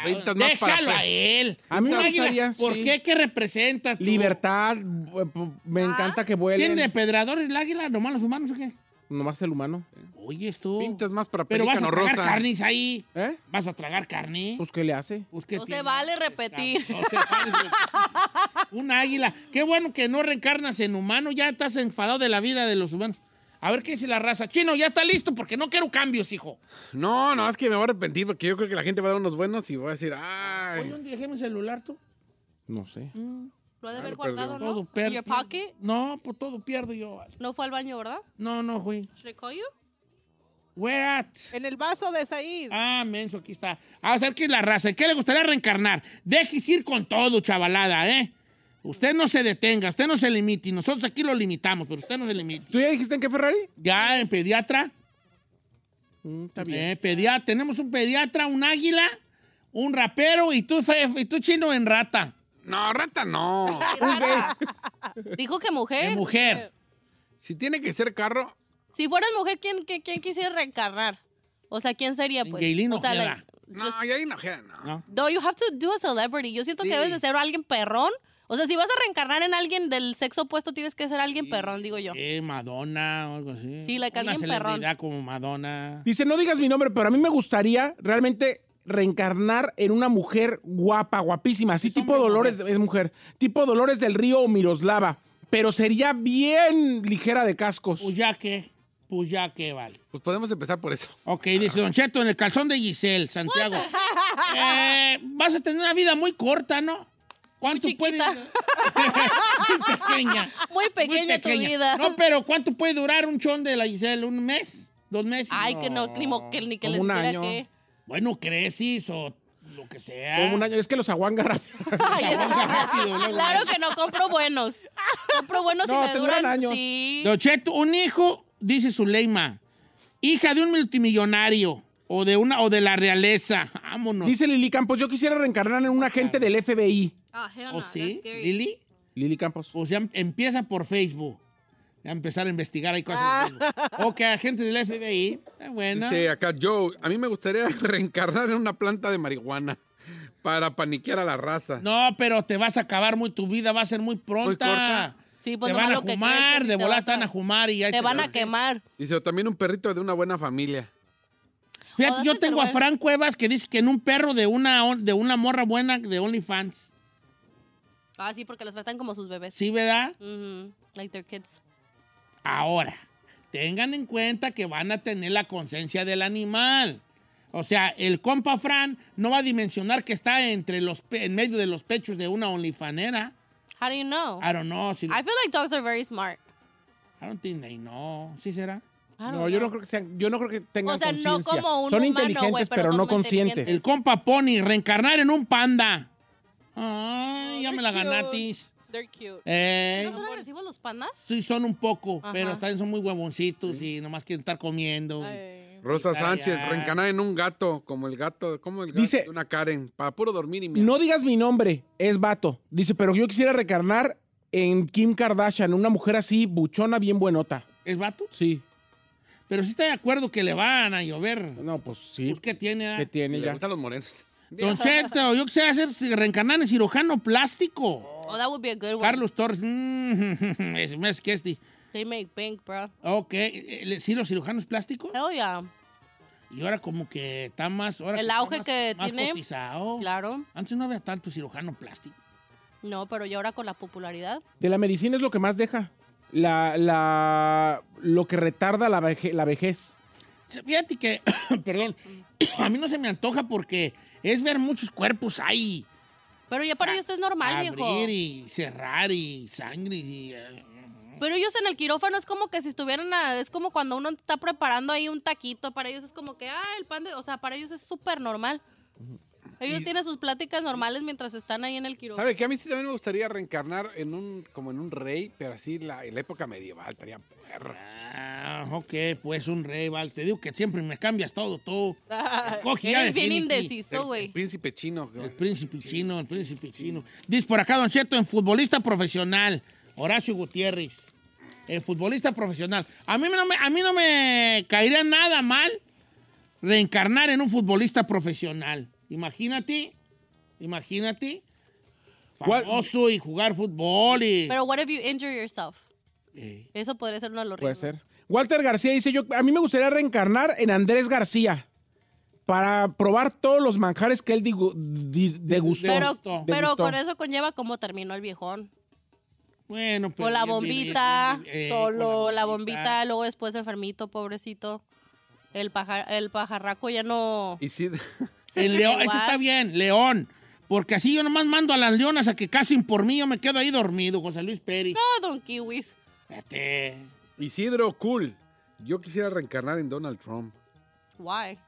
Pintas más para...
Déjalo a él.
A mí me
Un águila,
gustaría,
¿Por
sí.
qué? ¿Qué representa? tú?
Libertad. bu- bu- Me encanta que
¿Tiene de
vuelen.
depredador el águila? ¿Nomás los humanos o qué?
Nomás el humano.
Oye, tú.
Pintas más para
Pero vas a
pelícano
tragar
rosa.
carnes ahí.
¿Eh?
¿Vas a tragar carne?
Pues, ¿qué le hace?
Pues, ¿qué
No se
tiene?
vale repetir.
No se vale repetir. Un águila. Qué bueno que no reencarnas en humano. Ya estás enfadado de la vida de los humanos. A ver qué dice la raza. Chino, ya está listo porque no quiero cambios, hijo.
No, no, es que me voy a arrepentir porque yo creo que la gente va a dar unos buenos y voy a decir,
Oye,
ay,
¿dónde dejé mi celular tú?
No sé.
Lo ha de haber
Claro,
guardado,
perdón.
¿no?
Todo
¿En
pierdo.
your pocket?
No, pues todo pierdo yo. vale.
No fue al baño, ¿verdad?
No, no, güey.
¿Should I call you?
Where at?
En el vaso de Said.
Ah, menso, aquí está. A ver, ¿qué es la raza? ¿En ¿Qué le gustaría reencarnar? Déjese ir con todo, chavalada, ¿eh? Usted no se detenga, usted no se limite. Nosotros aquí lo limitamos, pero usted no se limite.
¿Tú ya dijiste en qué Ferrari?
Ya en pediatra.
Mm, está bien.
Eh, pedia- tenemos un pediatra, un águila, un rapero y tú, Fe- y tú chino en rata.
No,
[laughs]
rata no.
Dijo que mujer.
De mujer.
Si tiene que ser carro,
Si fueras mujer, ¿quién, qué- quién quisiera reencarnar? O sea, ¿quién sería, pues?
Yailin
o sea,
Ojeda.
like,
no, y ahí no queda, no.
no, you have to do a celebrity. Yo siento
Sí.
que debes de ser alguien perrón. O sea, si vas a reencarnar en alguien del sexo opuesto, tienes que ser alguien perrón, digo yo.
Eh, Madonna o algo así.
Sí, like
Una
alguien
celebridad
perrón.
como Madonna.
Dice, no digas mi nombre, pero a mí me gustaría realmente reencarnar en una mujer guapa, guapísima, así tipo Dolores, es mujer, tipo Dolores del Río o Miroslava, pero sería bien ligera de cascos.
Pues ya que, pues ya que, vale.
Pues podemos empezar por eso.
Ok, dice Don Cheto, en el calzón de Giselle, Santiago. [laughs] Eh, vas a tener una vida muy corta, ¿no? ¿Cuánto puede... [laughs] muy pequeña.
Muy pequeña, tu
pequeña.
vida.
No, pero ¿cuánto puede durar un chon de la Giselle? ¿Un mes? ¿Dos meses?
Ay, que no, ni, mo- que, ni que
Como
les
un
dijera
año.
que...
Bueno, creces o lo que sea.
Como un año, es que los aguanga rápido.
Ay, es- [laughs]
rápido, luego,
claro que no, compro buenos. Compro buenos
No,
y me
te duran
duran...
años.
Sí.
Don Cheto, un hijo, dice Zuleima, hija de un multimillonario o de una o de la realeza. Vámonos.
Dice Lili Campos, yo quisiera reencarnar en un agente del FBI.
Ah, hell
¿O
no,
sí?
that's scary.
¿Lili?
Lili Campos.
O sea, em, empieza por Facebook. Ya empezar a investigar hay cosas. de
Ah.
Facebook. Ok, agente del FBI. Eh, bueno.
Dice acá Joe, a mí me gustaría [laughs] reencarnar en una planta de marihuana para paniquear a la raza.
No, pero te vas a acabar muy tu vida, va a ser muy pronta.
corta.
Sí, pues
te
nomás
van a
lo que
fumar,
creces y
de
te
volar
vas
te van a fumar y ya
Te van a quemar.
Dice, o también un perrito de una buena familia.
Fíjate,
Oh,
yo
ese te
tengo a
lo voy a-
Fran Cuevas que dice que en un perro de una on- de una morra buena de OnlyFans.
Ah, sí, porque los tratan como sus bebés.
¿Sí, verdad?
Mhm, Like their kids.
Ahora, tengan en cuenta que van a tener la conciencia del animal. O sea, el compa Fran no va a dimensionar que está entre los pe- en medio de los pechos de una onlifanera.
How do you know?
I don't know. Si,
I feel like dogs are very smart.
I don't think they know. ¿Sí será?
I don't
No, yo no
know.
creo que sean, yo no creo que tengan
O sea, no
conciencia.
como un
Son
humano,
inteligentes,
güey, pero
pero, no
somos
conscientes.
El compa Pony, reencarnar en un panda. Ay, ya me la ganatis.
They're cute.
Eh,
¿No son agresivos los pandas?
sí, son un poco,
Ajá.
pero también son muy huevoncitos y nomás quieren estar comiendo.
Ay.
Rosa
Ay,
Sánchez,
Eh, ay.
reencarnar en un gato, como el gato, como el gato
Dice-
de una Karen, para puro dormir y mierda.
No digas mi nombre, es vato. Dice, pero yo quisiera reencarnar en Kim Kardashian, una mujer así, buchona, bien buenota.
¿Es vato?
Sí.
Pero sí está de acuerdo que le van a llover.
No, pues sí.
Pues, ¿Qué tiene? ah?
¿Qué tiene
Le
ya?
gustan los morenos.
Don
[laughs]
Cheto, yo quisiera hacer reencarnar en cirujano plástico.
Oh, that would be a good one.
Carlos Torres, mm, [laughs] es más que este.
They make bank, bro.
Ok, eh, eh, ¿sí los cirujanos plásticos?
Hell yeah.
Y ahora como que está más... Ahora
Oh, El
está
auge
más-
que
más
tiene.
cotizado.
Claro.
Antes no había tanto cirujano plástico.
No, pero ya ahora con la popularidad.
De la medicina es lo que más deja. La, la, lo que retarda la, veje- la vejez.
Fíjate que, [coughs] perdón, a mí no se me antoja porque es ver muchos cuerpos ahí.
Pero ya para ellos es
Ah,
normal, viejo.
abrir y cerrar y sangre y... eh,
Pero ellos en el quirófano es como que si estuvieran a- es como cuando uno está preparando ahí un taquito, para ellos es como que, ah, el pan de, o sea, para ellos es súper normal. Ellos tienen sus pláticas normales mientras están ahí en el quirófano.
¿Sabe que A mí sí también me gustaría reencarnar en un, como en un rey, pero así la, en la época medieval, estaría perra.
Ah, ok, pues un rey, Val. Te digo que siempre me cambias todo, todo. Escoge ya
Eres bien
definitivamente.
indeciso,
El
güey.
príncipe chino.
El príncipe chino, el príncipe chino. Dice por acá, Don Cheto, en futbolista profesional, Horacio Gutiérrez. En futbolista profesional. A mí no me, a mí no me caería nada mal reencarnar en un futbolista profesional. Imagínate, imagínate,
¿Cuál?
famoso y jugar fútbol y...
Pero what if you injure yourself?
Ey.
Eso podría ser uno de los
Puede
riesgos.
ser. Walter García dice, yo, a mí me gustaría reencarnar en Andrés García para probar todos los manjares que él digo, di- degustó.
Pero,
Degustó.
pero
Degustó.
con eso conlleva cómo terminó el viejón.
Bueno, pero
Con la
Pues, bien, bien, bien,
bombita,
bien, eh,
Con la bombita, luego después enfermito, pobrecito. El, paja- el pajarraco ya no...
Y sí,
En León, eso
Igual.
está bien, León. Porque así yo nomás mando a las leonas a que casen por mí, yo me quedo ahí dormido, José Luis Pérez.
Ah, don Kiwis.
Espérate.
Isidro Cool. Yo quisiera reencarnar en Donald Trump.
Why?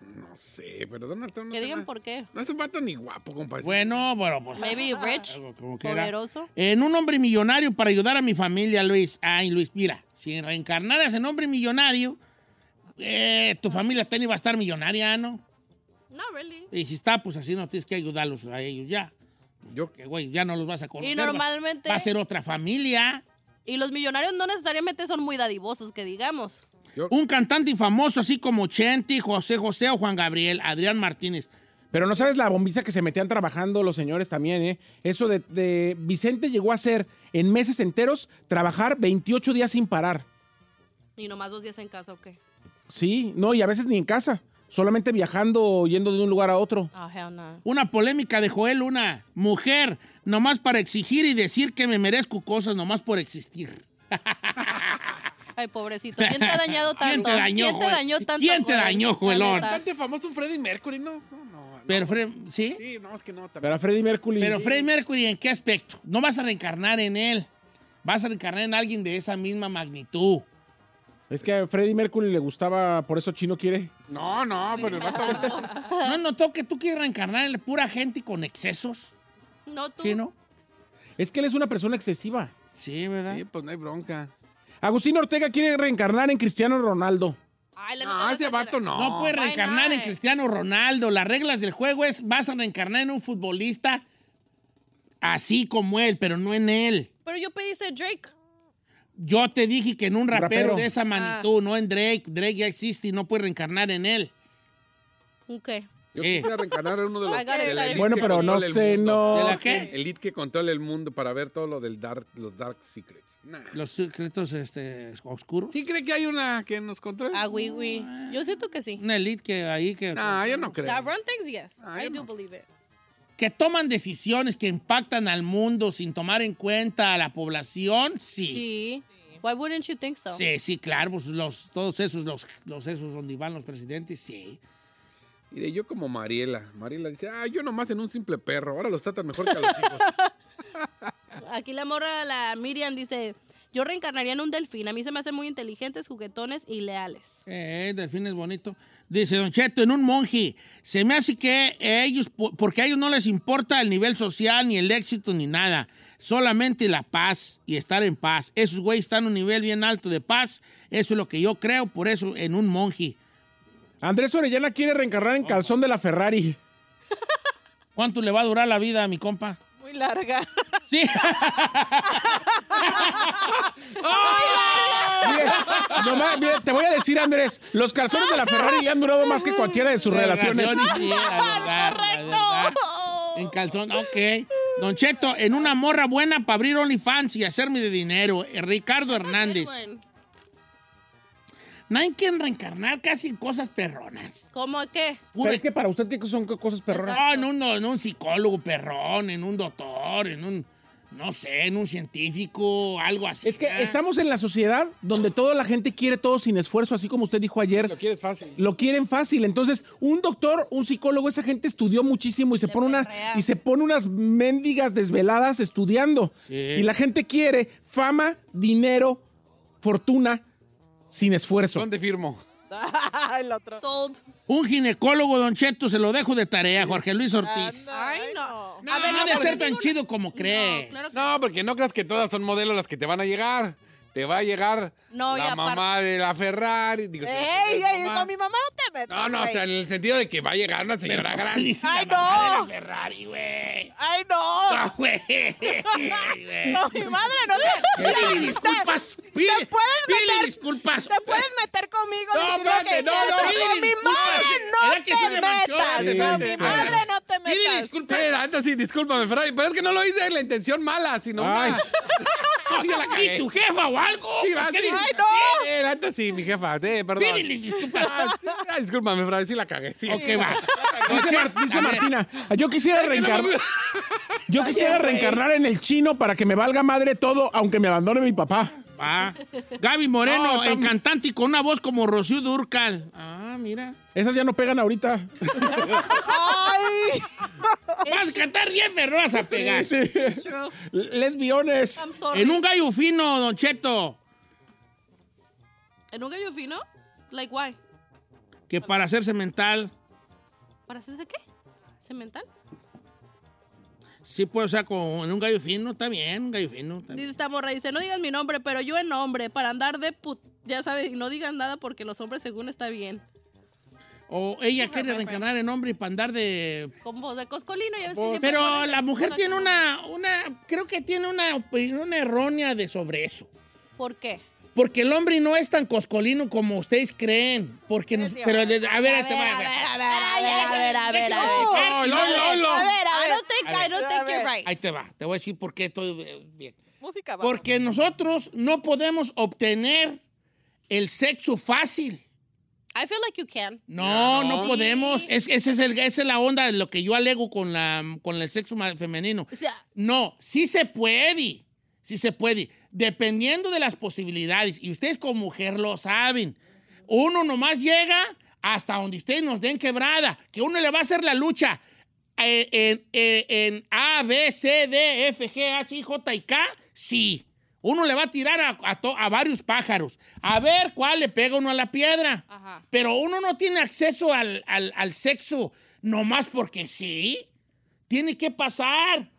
No sé, pero Donald Trump no,
Que
se
digan
me-
por qué.
no es un vato ni guapo, compadre.
Bueno, bueno,
[laughs]
pues.
Maybe rich,
algo como quiera.
poderoso.
En un hombre millonario para ayudar a mi familia, Luis. Ay, Luis, mira, si reencarnaras en hombre millonario, eh, tu familia ten iba a estar millonaria, ¿no?
No, really.
Y si está, pues así no tienes que ayudarlos a ellos ya. Yo que, güey, ya no los vas a conocer.
Y
vas-
normalmente-
Va a ser otra familia.
Y los millonarios no necesariamente son muy dadivosos, que digamos.
Un cantante famoso así como Chenti, José José o Juan Gabriel, Adrián Martínez.
Pero no sabes la bombiza que se metían trabajando los señores también, ¿eh? Eso de, de- Vicente llegó a hacer en meses enteros trabajar 28 días sin parar.
Y nomás dos días en casa, ¿o qué?
Sí, no, y a veces ni en casa, solamente viajando o yendo de un lugar a otro.
Ah, hell no.
Una polémica de Joel, una mujer, nomás para exigir y decir que me merezco cosas, nomás por existir.
Ay, pobrecito. ¿Quién te ha dañado tanto?
[laughs] ¿Quién te dañó,
¿Quién te
Joel?
dañó tanto?
¿Quién te
Joel?
dañó, Joelón?
La neta.
Bastante famoso Freddie Mercury, no, no, no.
Pero, Fre- ¿sí?
Sí, no, es que no.
Pero a Freddie Mercury.
Pero Freddie Mercury, ¿en qué aspecto? No vas a reencarnar en él. Vas a reencarnar en alguien de esa misma magnitud.
Es que a Freddie Mercury le gustaba, por eso Chino quiere.
No, no, pero el vato.
[laughs] ¿No has notado que tú quieres reencarnar en pura gente con excesos?
No, tú.
¿Sí, no?
Es que él es una persona excesiva.
Sí, ¿verdad?
Sí, pues no hay bronca.
Agustín Ortega quiere reencarnar en Cristiano Ronaldo.
Ay, la neta,
No, ese
la-
vato no.
No puedes
Why
reencarnar
not?
en Cristiano Ronaldo. Las reglas del juego es vas a reencarnar en un futbolista así como él, pero no en él.
Pero yo pedí ese Drake.
Yo te dije que en un rapero,
Rapero.
de
Ah.
esa magnitud, no en Drake. Drake ya existe y no puedes reencarnar en él.
Ok.
Yo
Eh.
quisiera reencarnar en uno de los.
I got
de la
excited.
elite
Bueno,
que
pero no
controla el
sé,
mundo.
no.
¿De la qué?
Elite que controla el mundo para ver todo lo del dark, los dark secrets. Nah.
Los secretos este, oscuros.
¿Sí cree que hay una que nos controla?
Ah, oui, oui. Yo siento que sí.
Una elite que ahí que...
Nah, Ah, yo no creo.
That run things, yes.
Ay,
I do
no.
believe it.
Que toman decisiones que impactan al mundo sin tomar en cuenta a la población, sí.
Sí. Why wouldn't you think so?
Sí, sí, claro, pues los, todos esos, los, los esos donde van los presidentes, sí.
Mire, yo como Mariela. Mariela dice, ah, yo nomás en un simple perro. Ahora los tratan mejor que a los
[laughs]
hijos.
Aquí la morra, la Miriam, dice... Yo reencarnaría en un delfín. A mí se me hacen muy inteligentes, juguetones y leales.
Eh, delfín es bonito. Dice Don Cheto, en un monje. Se me hace que ellos, po- porque a ellos no les importa el nivel social, ni el éxito, ni nada. Solamente la paz y estar en paz. Esos güeyes están a un nivel bien alto de paz. Eso es lo que yo creo, por eso en un monje.
Andrés Orellana quiere reencarnar en calzón de la Ferrari.
¿Cuánto le va a durar la vida a mi compa?
Muy larga.
Sí.
Mira, nomás, mira, te voy a decir, Andrés, los calzones de la Ferrari le han durado más que cualquiera de sus relaciones.
[laughs] Sí, la verdad, la verdad. En calzón, ok. Don Cheto, en una morra buena para abrir OnlyFans y hacerme de dinero. eh, Ricardo Hernández.
Edwin,
No hay quien reencarnar casi en cosas perronas.
¿Cómo qué?
[laughs]
Pero es que para usted, ¿qué son cosas perronas?
Ah, en un, en un psicólogo perrón, en un doctor, en un, no sé, en un científico, algo así.
Es que
¿eh?
estamos en la sociedad donde toda la gente quiere todo sin esfuerzo, así como usted dijo ayer.
Lo quieres fácil.
Lo quieren fácil. Entonces, un doctor, un psicólogo, esa gente estudió muchísimo y se, pone, una,
perrea.
y se pone unas mendigas desveladas estudiando. Y la gente quiere fama, dinero, fortuna, sin esfuerzo.
¿Dónde firmo?
Ah, el otro.
Sold.
Un ginecólogo, Don Cheto, se lo dejo de tarea, Jorge Luis
Ah,
Ortiz.
Ay, Ah, no.
No, no ha de
pero
ser
yo
tan
digo-
chido como
No,
cree.
claro que
No, porque no creas que todas son modelos las que te van a llegar. Te va a llegar
No, y Eh,
la
aparte-
mamá de la Ferrari. Digo, te va a
¡Ey,
llegar
ey!
mamá.
Con mi mamá no te metas.
No, no, o sea, en el sentido de que va a llegar una señora grande.
Ay,
La mamá
no.
de la Ferrari, güey.
¡Ay, no!
No, güey. güey.
No, mi madre, no te.
Pídele disculpas. Pide,
te puedes
pídele
meter-
disculpas.
Te puedes meter conmigo.
No,
diciendo
espérate,
que
no,
quieres,
no,
pero
pide
mi
disculpas. Era
madre, no
que se
te
le manchó,
metas.
te
No,
metes.
mi madre, no te metas.
Pide disculpas.
Espera, anda sí, discúlpame, Ferrari, pero es que no lo hice en la intención mala, sino [laughs]
Ay.
una... Ay, ya la cagué.
¿Y tu jefa o algo?
Sí, va,
¿Por qué
sí.
dices
Ay,
así?
no. Eh, la neta sí, mi jefa. Sí, perdón.
Pídele disculpas.
Ah, sí, ah, discúlpame, Ferrari, sí la cagué. Sí.
Ok,
[laughs]
va.
Dice, Mar- dice Martina, yo quisiera
[laughs]
reencarnar. Yo quisiera reencarnar en el chino para que me valga madre todo, aunque me abandone mi papá.
Va. Gaby Moreno,
No,
el
estamos-
cantante y con una voz como Rocío Durcal. Ah, mira.
Esas ya no pegan ahorita.
¡Ay!
[laughs] Vas a cantar bien, pero no vas a pegar. [laughs]
Sí, sí.
True.
Lesbiones.
I'm sorry.
En un gallo fino, Don Cheto.
¿En un gallo fino? Like, why?
Que para hacerse mental,
¿Para hacerse qué? ¿Cemental?
Sí, pues, o sea, con un gallo fino, está bien, un gallo fino. Está bien.
Dice esta morra, dice, no digan mi nombre, pero yo en nombre, para andar de put... Ya sabes, y no digan nada porque los hombres según está bien.
O ella quiere reencarnar en hombre y para andar de...
Con voz de coscolino, ya ves que siempre
Pero
ponen
la
las
mujer
cosas
tiene
como-
una, una, creo que tiene una opinión errónea de sobre eso.
¿Por qué?
Porque el hombre no es tan coscolino como ustedes creen. Porque nos- pero, a ver, ahí te va, a ver.
A ver, a ver, a ver, a ver, a ver.
No, no, no, no.
A ver, a ver. I don't think,
A
I don't
ver.
think you're right.
Ahí te va, te voy a decir por qué estoy eh, bien.
Música va.
Porque nosotros no podemos obtener el sexo fácil.
I feel like you can.
No,
No.
no, podemos. Es, ese es el, esa es la onda de lo que yo alego con, la, con el sexo ma- femenino.
O sea,
No, sí se puede. Sí se puede. Dependiendo de las posibilidades. Y ustedes como mujer lo saben. Uno nomás llega hasta donde ustedes nos den quebrada. Que uno le va a hacer la lucha. eh, En, eh, en A, B, C, D, F, G, H, I, J y K, sí. Uno le va a tirar a, a to- a varios pájaros. A ver cuál le pega uno a la piedra.
Ajá.
Pero uno no tiene acceso al, al- al sexo nomás porque sí. Tiene que pasar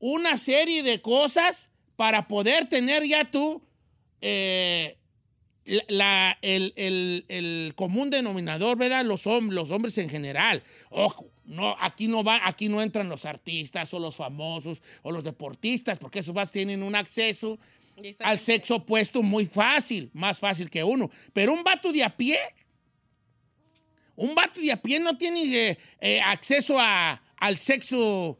una serie de cosas para poder tener ya tú eh, la- la- el, el- el común denominador, ¿verdad? Los, hom- los hombres en general. Ojo, no, aquí, no va, aquí no entran los artistas o los famosos o los deportistas porque esos más tienen un acceso al sexo opuesto muy fácil, más fácil que uno. Pero un vato de a pie, un vato de a pie no tiene eh, eh, acceso a- al sexo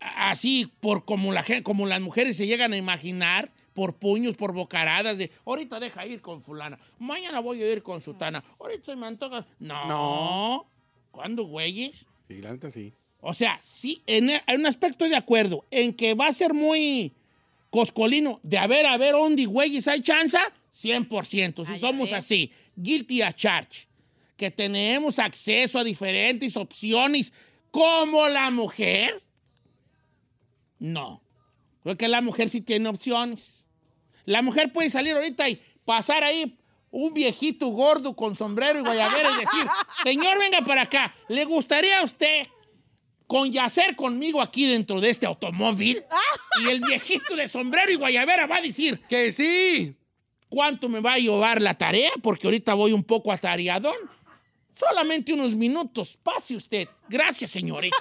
a- así por como, la, gen- como las mujeres se llegan a imaginar, por puños, por bocaradas de ahorita deja ir con fulana, mañana voy a ir con sutana, ahorita se me antoja. No.
No.
¿Cuándo, güeyes?
Sí, la neta sí.
O sea, sí, en, en un aspecto de acuerdo, en que va a ser muy coscolino, de a ver, a ver, ondi, güeyes, hay chanza, 100%, si somos así, guilty a charge, que tenemos acceso a diferentes opciones, como la mujer, no. Creo que la mujer sí tiene opciones. La mujer puede salir ahorita y pasar ahí un viejito gordo con sombrero y guayabera y decir, señor, venga para acá, ¿le gustaría a usted con yacer conmigo aquí dentro de este automóvil? Y el viejito de sombrero y guayabera va a decir,
¡Que sí!
¿cuánto me va a llevar la tarea? Porque ahorita voy un poco atareadón. Solamente unos minutos, pase usted. Gracias, señorita.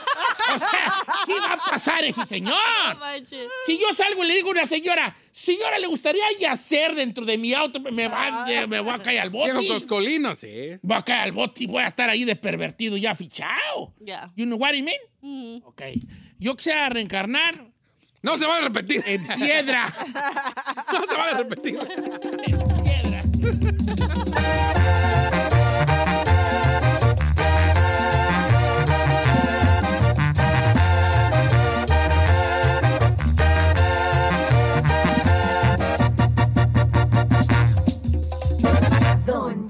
O sea, sí va a pasar ese señor.
no manches.
Si yo salgo y le digo a una señora, señora, ¿le gustaría yacer dentro de mi auto? Me, va, eh, me voy a caer al bote.
Llegan coscolinos, sí.
Voy a caer al bote y voy a estar ahí de pervertido ya fichado.
Ya.
You know what I mean? [laughs] Ok. Yo quisiera reencarnar
No se van a repetir.
en piedra.
[laughs] No se van a repetir.
en piedra.
Don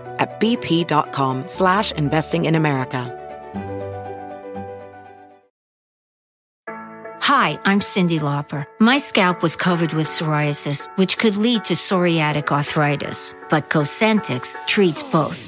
at bp.com slash investing in America.
Hi, I'm Cindy Lauper. My scalp was covered with psoriasis, which could lead to psoriatic arthritis, but Cosentix treats both.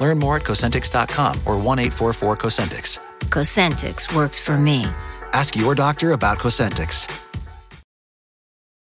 Learn more at Cosentix.com or 1 844 Cosentix.
Cosentix works for me.
Ask your doctor about Cosentix.